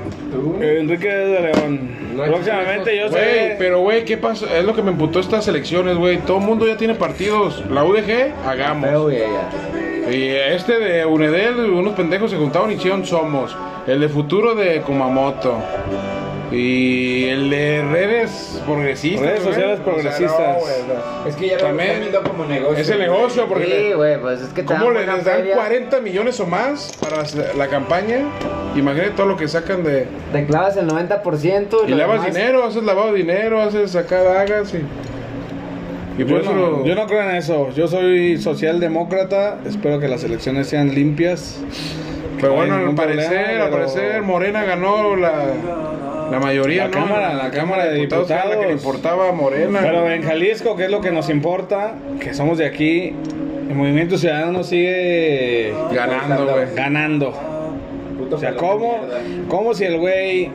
Enrique de León. No existe Próximamente yo Güey, sé. pero güey, ¿qué pasó? Es lo que me emputó estas elecciones, güey. Todo el mundo ya tiene partidos. La UDG, hagamos. Y este de Unedel, unos pendejos se juntaron y hicieron Somos. El de Futuro de Kumamoto. Y el de redes progresistas. Redes güey. sociales progresistas. Es que ya lo También están viendo como negocio. Es el negocio, porque Sí, le- güey, pues es que te ¿cómo dan le buena les dan feria. 40 millones o más para la- la campaña? Imagínate todo lo que sacan de... Te clavas el 90% Y lo lavas demás- dinero, haces lavado de dinero, haces sacar dagas y... Y por Yo eso... no, yo no creo en eso. Yo soy socialdemócrata. Espero que las elecciones sean limpias. Pero bueno, No hay al ningún parecer, problema, al pero- parecer, Morena ganó la, la La mayoría, ¿no? Cámara, la Cámara de era la que le Diputados. importaba a Morena. Pero en Jalisco, que es lo que nos importa, que somos de aquí, el Movimiento Ciudadano sigue ganando, güey. ganando. O sea, ¿cómo, cómo si el güey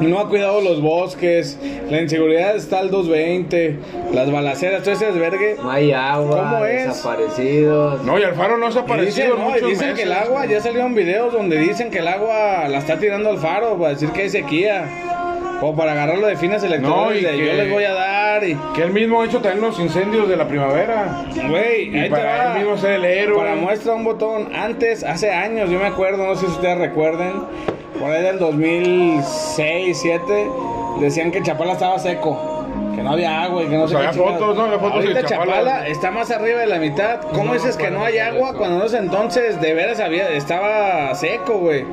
no ha cuidado los bosques, la inseguridad está al 220, las balaceras, todo ese desvergue? No hay agua, ¿Cómo es? desaparecidos. No, y Alfaro no se ha Y dicen, aparecido en no, y muchos dicen que el meses. agua, ya salieron videos donde dicen que el agua la está tirando al faro para decir que hay sequía. O para agarrarlo de fines electorales, No, y de, que- yo les voy a dar y... Que él mismo ha hecho también los incendios de la primavera. Güey, Y ahí te para va. él mismo ser el héroe. Para muestra un botón. Antes, hace años, yo me acuerdo, no sé si ustedes recuerden, por ahí del 2006, 2007, decían que Chapala estaba seco. Que no había agua y que no sé sea, qué había chingados. fotos, ¿no? Había fotos de Ahorita Chapala. Chapala. está más arriba de la mitad. ¿Cómo No me dices que acuerdo no hay de agua eso. cuando en ese entonces de veras había, estaba seco, güey?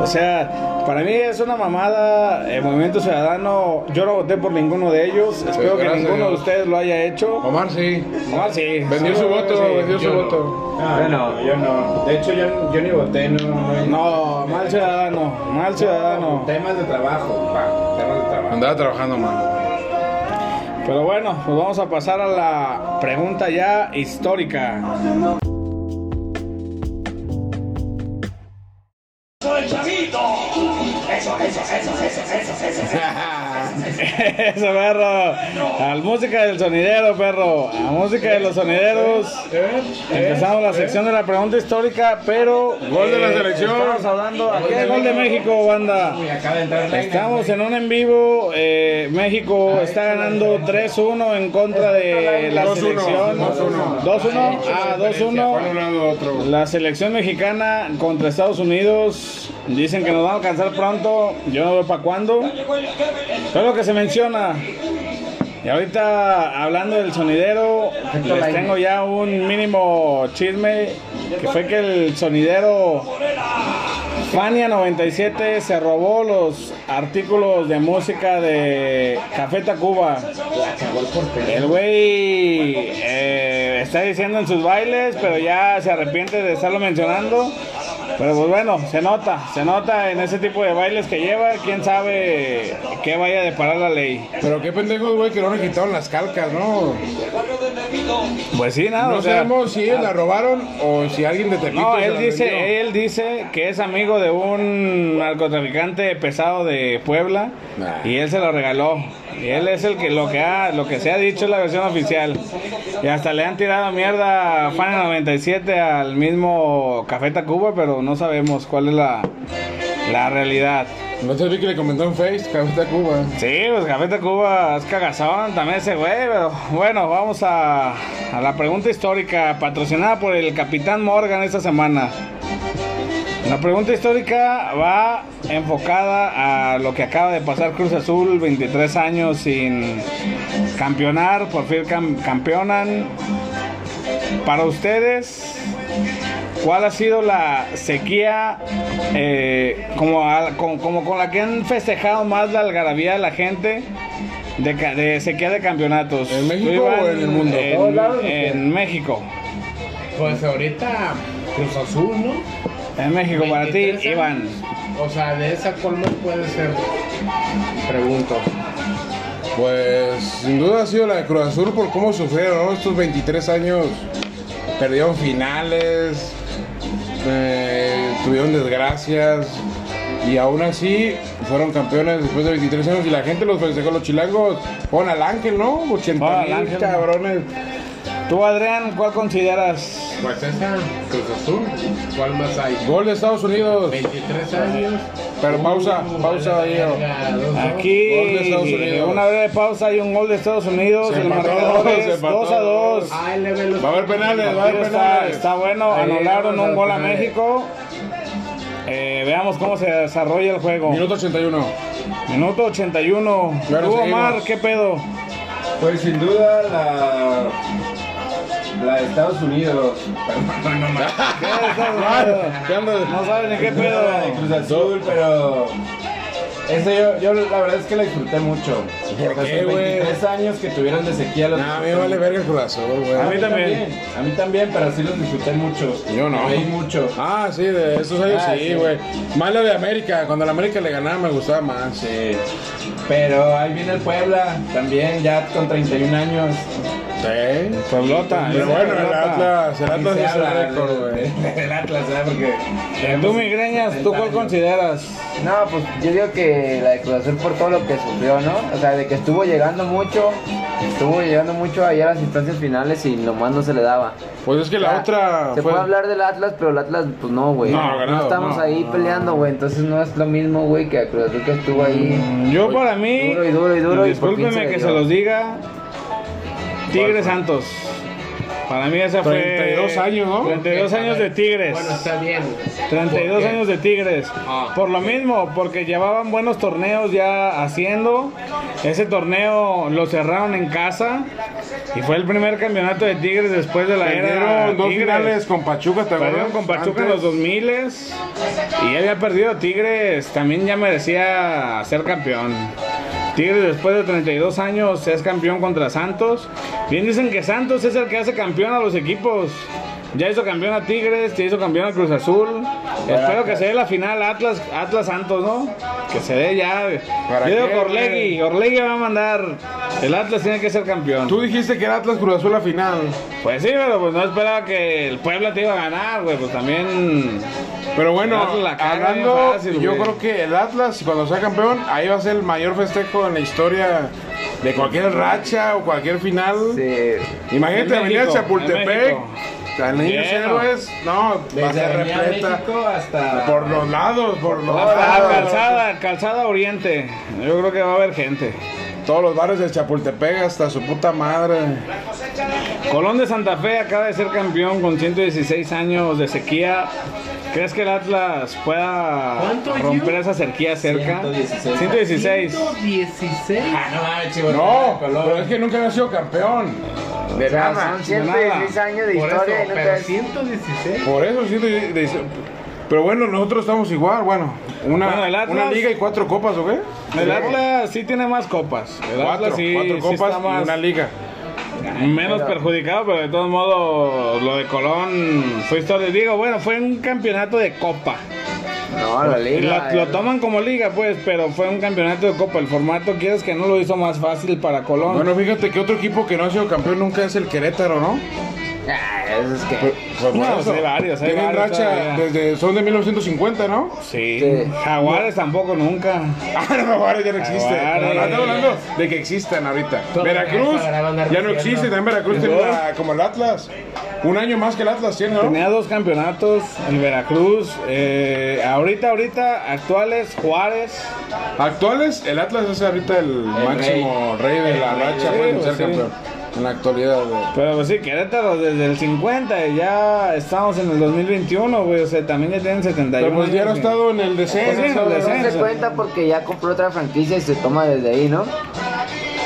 O sea, para mí es una mamada el Movimiento Ciudadano. Yo no voté por ninguno de ellos. Espero que gracias a ninguno de Dios. ustedes lo haya hecho. Omar sí. No, sí. Vendió Sí, sí, su voto, sí. vendió su yo no. voto. Ah, yo no, yo no. De hecho, yo, yo ni voté, no. No, No, mal ciudadano, mal ciudadano. Temas de trabajo, pa, temas de trabajo. Andaba trabajando, man. Pero bueno, pues vamos a pasar a la pregunta ya histórica. (laughs) Eso, perro. A la música del sonidero, perro. A la música de los sonideros. Empezamos la sección de la pregunta histórica, pero. Gol Eh, de la selección. Estamos hablando. Aquí hay gol de México, banda. Estamos en un en vivo. eh, México está ganando 3-1 en contra de la 2-1, selección. 2-1. 2-1. Ah, Para un 2-1. lado otro. La selección mexicana contra Estados Unidos. Dicen que nos van a alcanzar pronto. Yo no veo para cuándo. Todo lo que se menciona. Y ahorita hablando del sonidero, les tengo ya un mínimo chisme que fue que el sonidero Fania 97 se robó los artículos de música de Café Tacuba. El güey eh, está diciendo en sus bailes, pero ya se arrepiente de estarlo mencionando. Pero pues bueno, se nota, se nota en ese tipo de bailes que lleva, quién sabe qué vaya a deparar la ley. Pero qué pendejos, güey, que no le quitaron las calcas, ¿no? Pues sí, nada, No o sea, ah. sabemos si ellos la robaron o si alguien de Tepito No, se él la vendió. dice, él dice que es amigo de un narcotraficante pesado de Puebla Nah. y él se lo regaló. Y él es el que lo que ha, lo que se ha dicho es la versión oficial. Y hasta le han tirado mierda a Fan 97 al mismo Café Tacuba, pero no sabemos cuál es la, la realidad. No te vi que le comentó en Face, Cabeza Cuba. Sí, pues Café Tacuba es cagazón también ese güey, pero bueno, vamos a, a la pregunta histórica patrocinada por el Capitán Morgan esta semana. La pregunta histórica va enfocada a lo que acaba de pasar Cruz Azul, 23 años sin campeonar, por fin cam- campeonan. Para ustedes, ¿Cuál ha sido la sequía eh, como, a- con, como con la que han festejado más la algarabía de la gente de, ca- de sequía de campeonatos? ¿En México Tú, Iván, o en el mundo? En, ¿Todos lados o qué? en México. Pues ahorita Cruz Azul, ¿no? En México para ti, 23 Iván. años. O sea, de esa colma puede ser. Pregunto. Pues sin duda ha sido la de Cruz Azul por cómo sufrieron ¿no? estos 23 años. Perdieron finales, eh, tuvieron desgracias y aún así fueron campeones después de 23 años y la gente los festejó. Los chilangos fueron al Ángel, ¿no? 80 Fueron al Ángel. mil cabrones. Tú, Adrián, ¿cuál consideras? Pues esa, Cruz Azul, ¿cuál más hay? Gol de Estados Unidos. 23 años. Pero pausa, pausa ahí. Aquí, Gol de Estados Unidos. una breve pausa y un gol de Estados Unidos. Se el empató, marcador se es empató. 2 a 2. Ay, le ve los. Va a haber penales, va a haber Está, penales. está bueno, Ahí anularon vamos un a gol a poner- México. Eh, veamos cómo se desarrolla el juego. Minuto 81. Minuto 81. Claro, Hugo seguimos. Omar, ¿qué pedo? Pues sin duda la. La de Estados Unidos. Perdón, (laughs) no mames. ¿Qué estás hablando? ¿Qué andas? No saben ni qué Sin pedo. duda La de Cruz Azul, pero. Ese yo, yo la verdad es que la disfruté mucho. ¿Por Los qué, güey? 23 años que tuvieron de sequía los Nah, a mí me vale verga el Cruz Azul, güey. A mí también. A mí también, pero sí los disfruté mucho. Yo no. Me reí mucho. Ah, sí, de esos años Ah, sí, sí. güey. Más la de América, cuando la América le ganaba me gustaba más. Sí. Pero ahí viene el Puebla, también ya con 31 años. Sí. Pueblota. Pues Pero dice Ah, bueno, el Pueblota. Atlas, el Ni Atlas se es habla el récord, del- güey. (laughs) del Atlas, ¿verdad? Porque. Tú, Migreñas, ¿tú cuál consideras? No, pues yo digo que la de Cruz Azul por todo lo que sufrió, ¿no? O sea, de que estuvo llegando mucho, estuvo llegando mucho ahí a las instancias finales y nomás no se le daba. Pues es que O la sea, otra Ah, Se fue... puede hablar del Atlas, pero el Atlas, pues no, güey. No, ganado, estamos no. ahí peleando, güey. Entonces no es lo mismo, güey, que a Cruz Azul que estuvo ahí. Mm, Yo para mí, Duro y duro y duro y por fin discúlpeme se que dio. se los diga, Tigres Santos. Para mí esa fue... 32 años, ¿no? 32 años de Tigres. Bueno, está bien. 32 años de Tigres. Ah. Por lo mismo, porque llevaban buenos torneos ya haciendo. Ese torneo lo cerraron en casa y fue el primer campeonato de Tigres después de la era Perdieron dos Tigres. finales con Pachuca, ¿te Perdieron acuerdas? con Pachuca en Antes. los 2000 y ya había perdido Tigres, también ya merecía ser campeón. Tigres después de 32 años es campeón contra Santos. Bien dicen que Santos es el que hace campeón a los equipos. Ya hizo campeón a Tigres, ya hizo campeón a Cruz Azul. Espero que se dé la final Atlas, Atlas Santos, ¿no? Que se dé ya. ¿Para Yo digo qué, que Orlegui, Orlegui va a mandar. El Atlas tiene que ser campeón. Tú dijiste que era Atlas Cruz Azul la final. Pues sí, pero pues no esperaba que el Puebla te iba a ganar, güey. Pues también. Pero bueno, El Atlas la caga hablando, bien fácil, yo güey. creo que el Atlas, cuando sea campeón, ahí va a ser el mayor festejo en la historia de cualquier racha o cualquier final. Sí. Imagínate, En venir México, a en Chapultepec, México. a Niños Lleno. Héroes, no, va a Desde ser Avenida repleta. México hasta... Por los lados, por los Ah, lados. calzada, calzada Oriente. Yo creo que va a haber gente. Todos los bares de Chapultepec hasta su puta madre. Colón de Santa Fe acaba de ser campeón con 116 años de sequía. ¿Crees que el Atlas pueda ¿Cuánto, romper Gio? esa cerquía cerca? 116. 116. 16. Ah, no mames, chivo. No, Colón. pero es que nunca ha sido campeón. O De sea, nada. son 116 nada. años de Por eso, historia y no te pero ves- 116. Por eso sí. de- de- Pero bueno, nosotros estamos igual, bueno. Una, Bueno, el Atlas- una liga y cuatro copas, ¿o qué? El Atlas sí tiene más copas. El Cuatro, Atlas sí, cuatro sí copas está y más- una liga. menos perjudicado, pero de todos modos lo de Colón fue historia. Digo, bueno, fue un campeonato de copa. No, la Y liga. eh, Lo, lo toman como liga, pues, pero fue un campeonato de copa. El formato, quieres que no lo hizo más fácil para Colón. Bueno, fíjate que otro equipo que no ha sido campeón nunca es el Querétaro, ¿no? Ah, eso es Pues, que. pues, No, por eso. sí, varios, hay Tienen varios racha todavía. desde, son de 1950, ¿no? sí. Sí. Jaguares tampoco nunca. (laughs) Ah, no, Jaguares ya no existe. Jaguares. No, no, estamos hablando de que existan ahorita. Todo Veracruz eso, ahora van a andar ya no diciendo. existe, también Veracruz tiene la- como el Atlas. Un año más que el Atlas tiene, ¿no? Tenía dos campeonatos, el Veracruz, eh, ahorita, ahorita, actuales, Juárez. Actuales, el Atlas es ahorita el, máximo rey, de la racha, Sí, puede pues, ser sí. campeón. En la actualidad, güey. Pero pues sí, Querétaro desde el 50 y ya estamos en el 2021, güey. O sea, también ya tienen 71 Pero pues ya no ha años, güey. estado en el descenso. Pues sí, en el descenso. No se cuenta porque ya compró otra franquicia y se toma desde ahí, ¿no?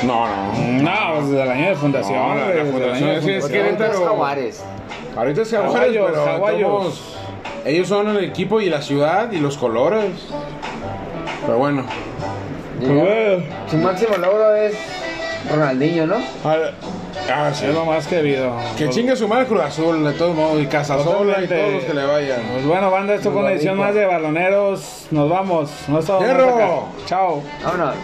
No, no. No, pues desde el año de fundación. No, la- la güey, desde el fundación, año de sí, es fundación. Querétaro. Entonces, Jaguares. Ahorita es Jaguares, Jaguayos, pero Jaguayos. todos- ellos son el equipo y la ciudad y los colores. Pero bueno. Pues, güey, Su máximo logro es Ronaldinho, ¿no? Al- ah, sí. Es lo más querido. Que chingue su madre Cruz Azul, de todos modos, y Casasola y Totalmente. todos los que le vayan. Pues bueno, banda, esto fue una edición más de Baloneros. Nos vamos. No estamos más ¡Hierro! acá. Chao. Vámonos.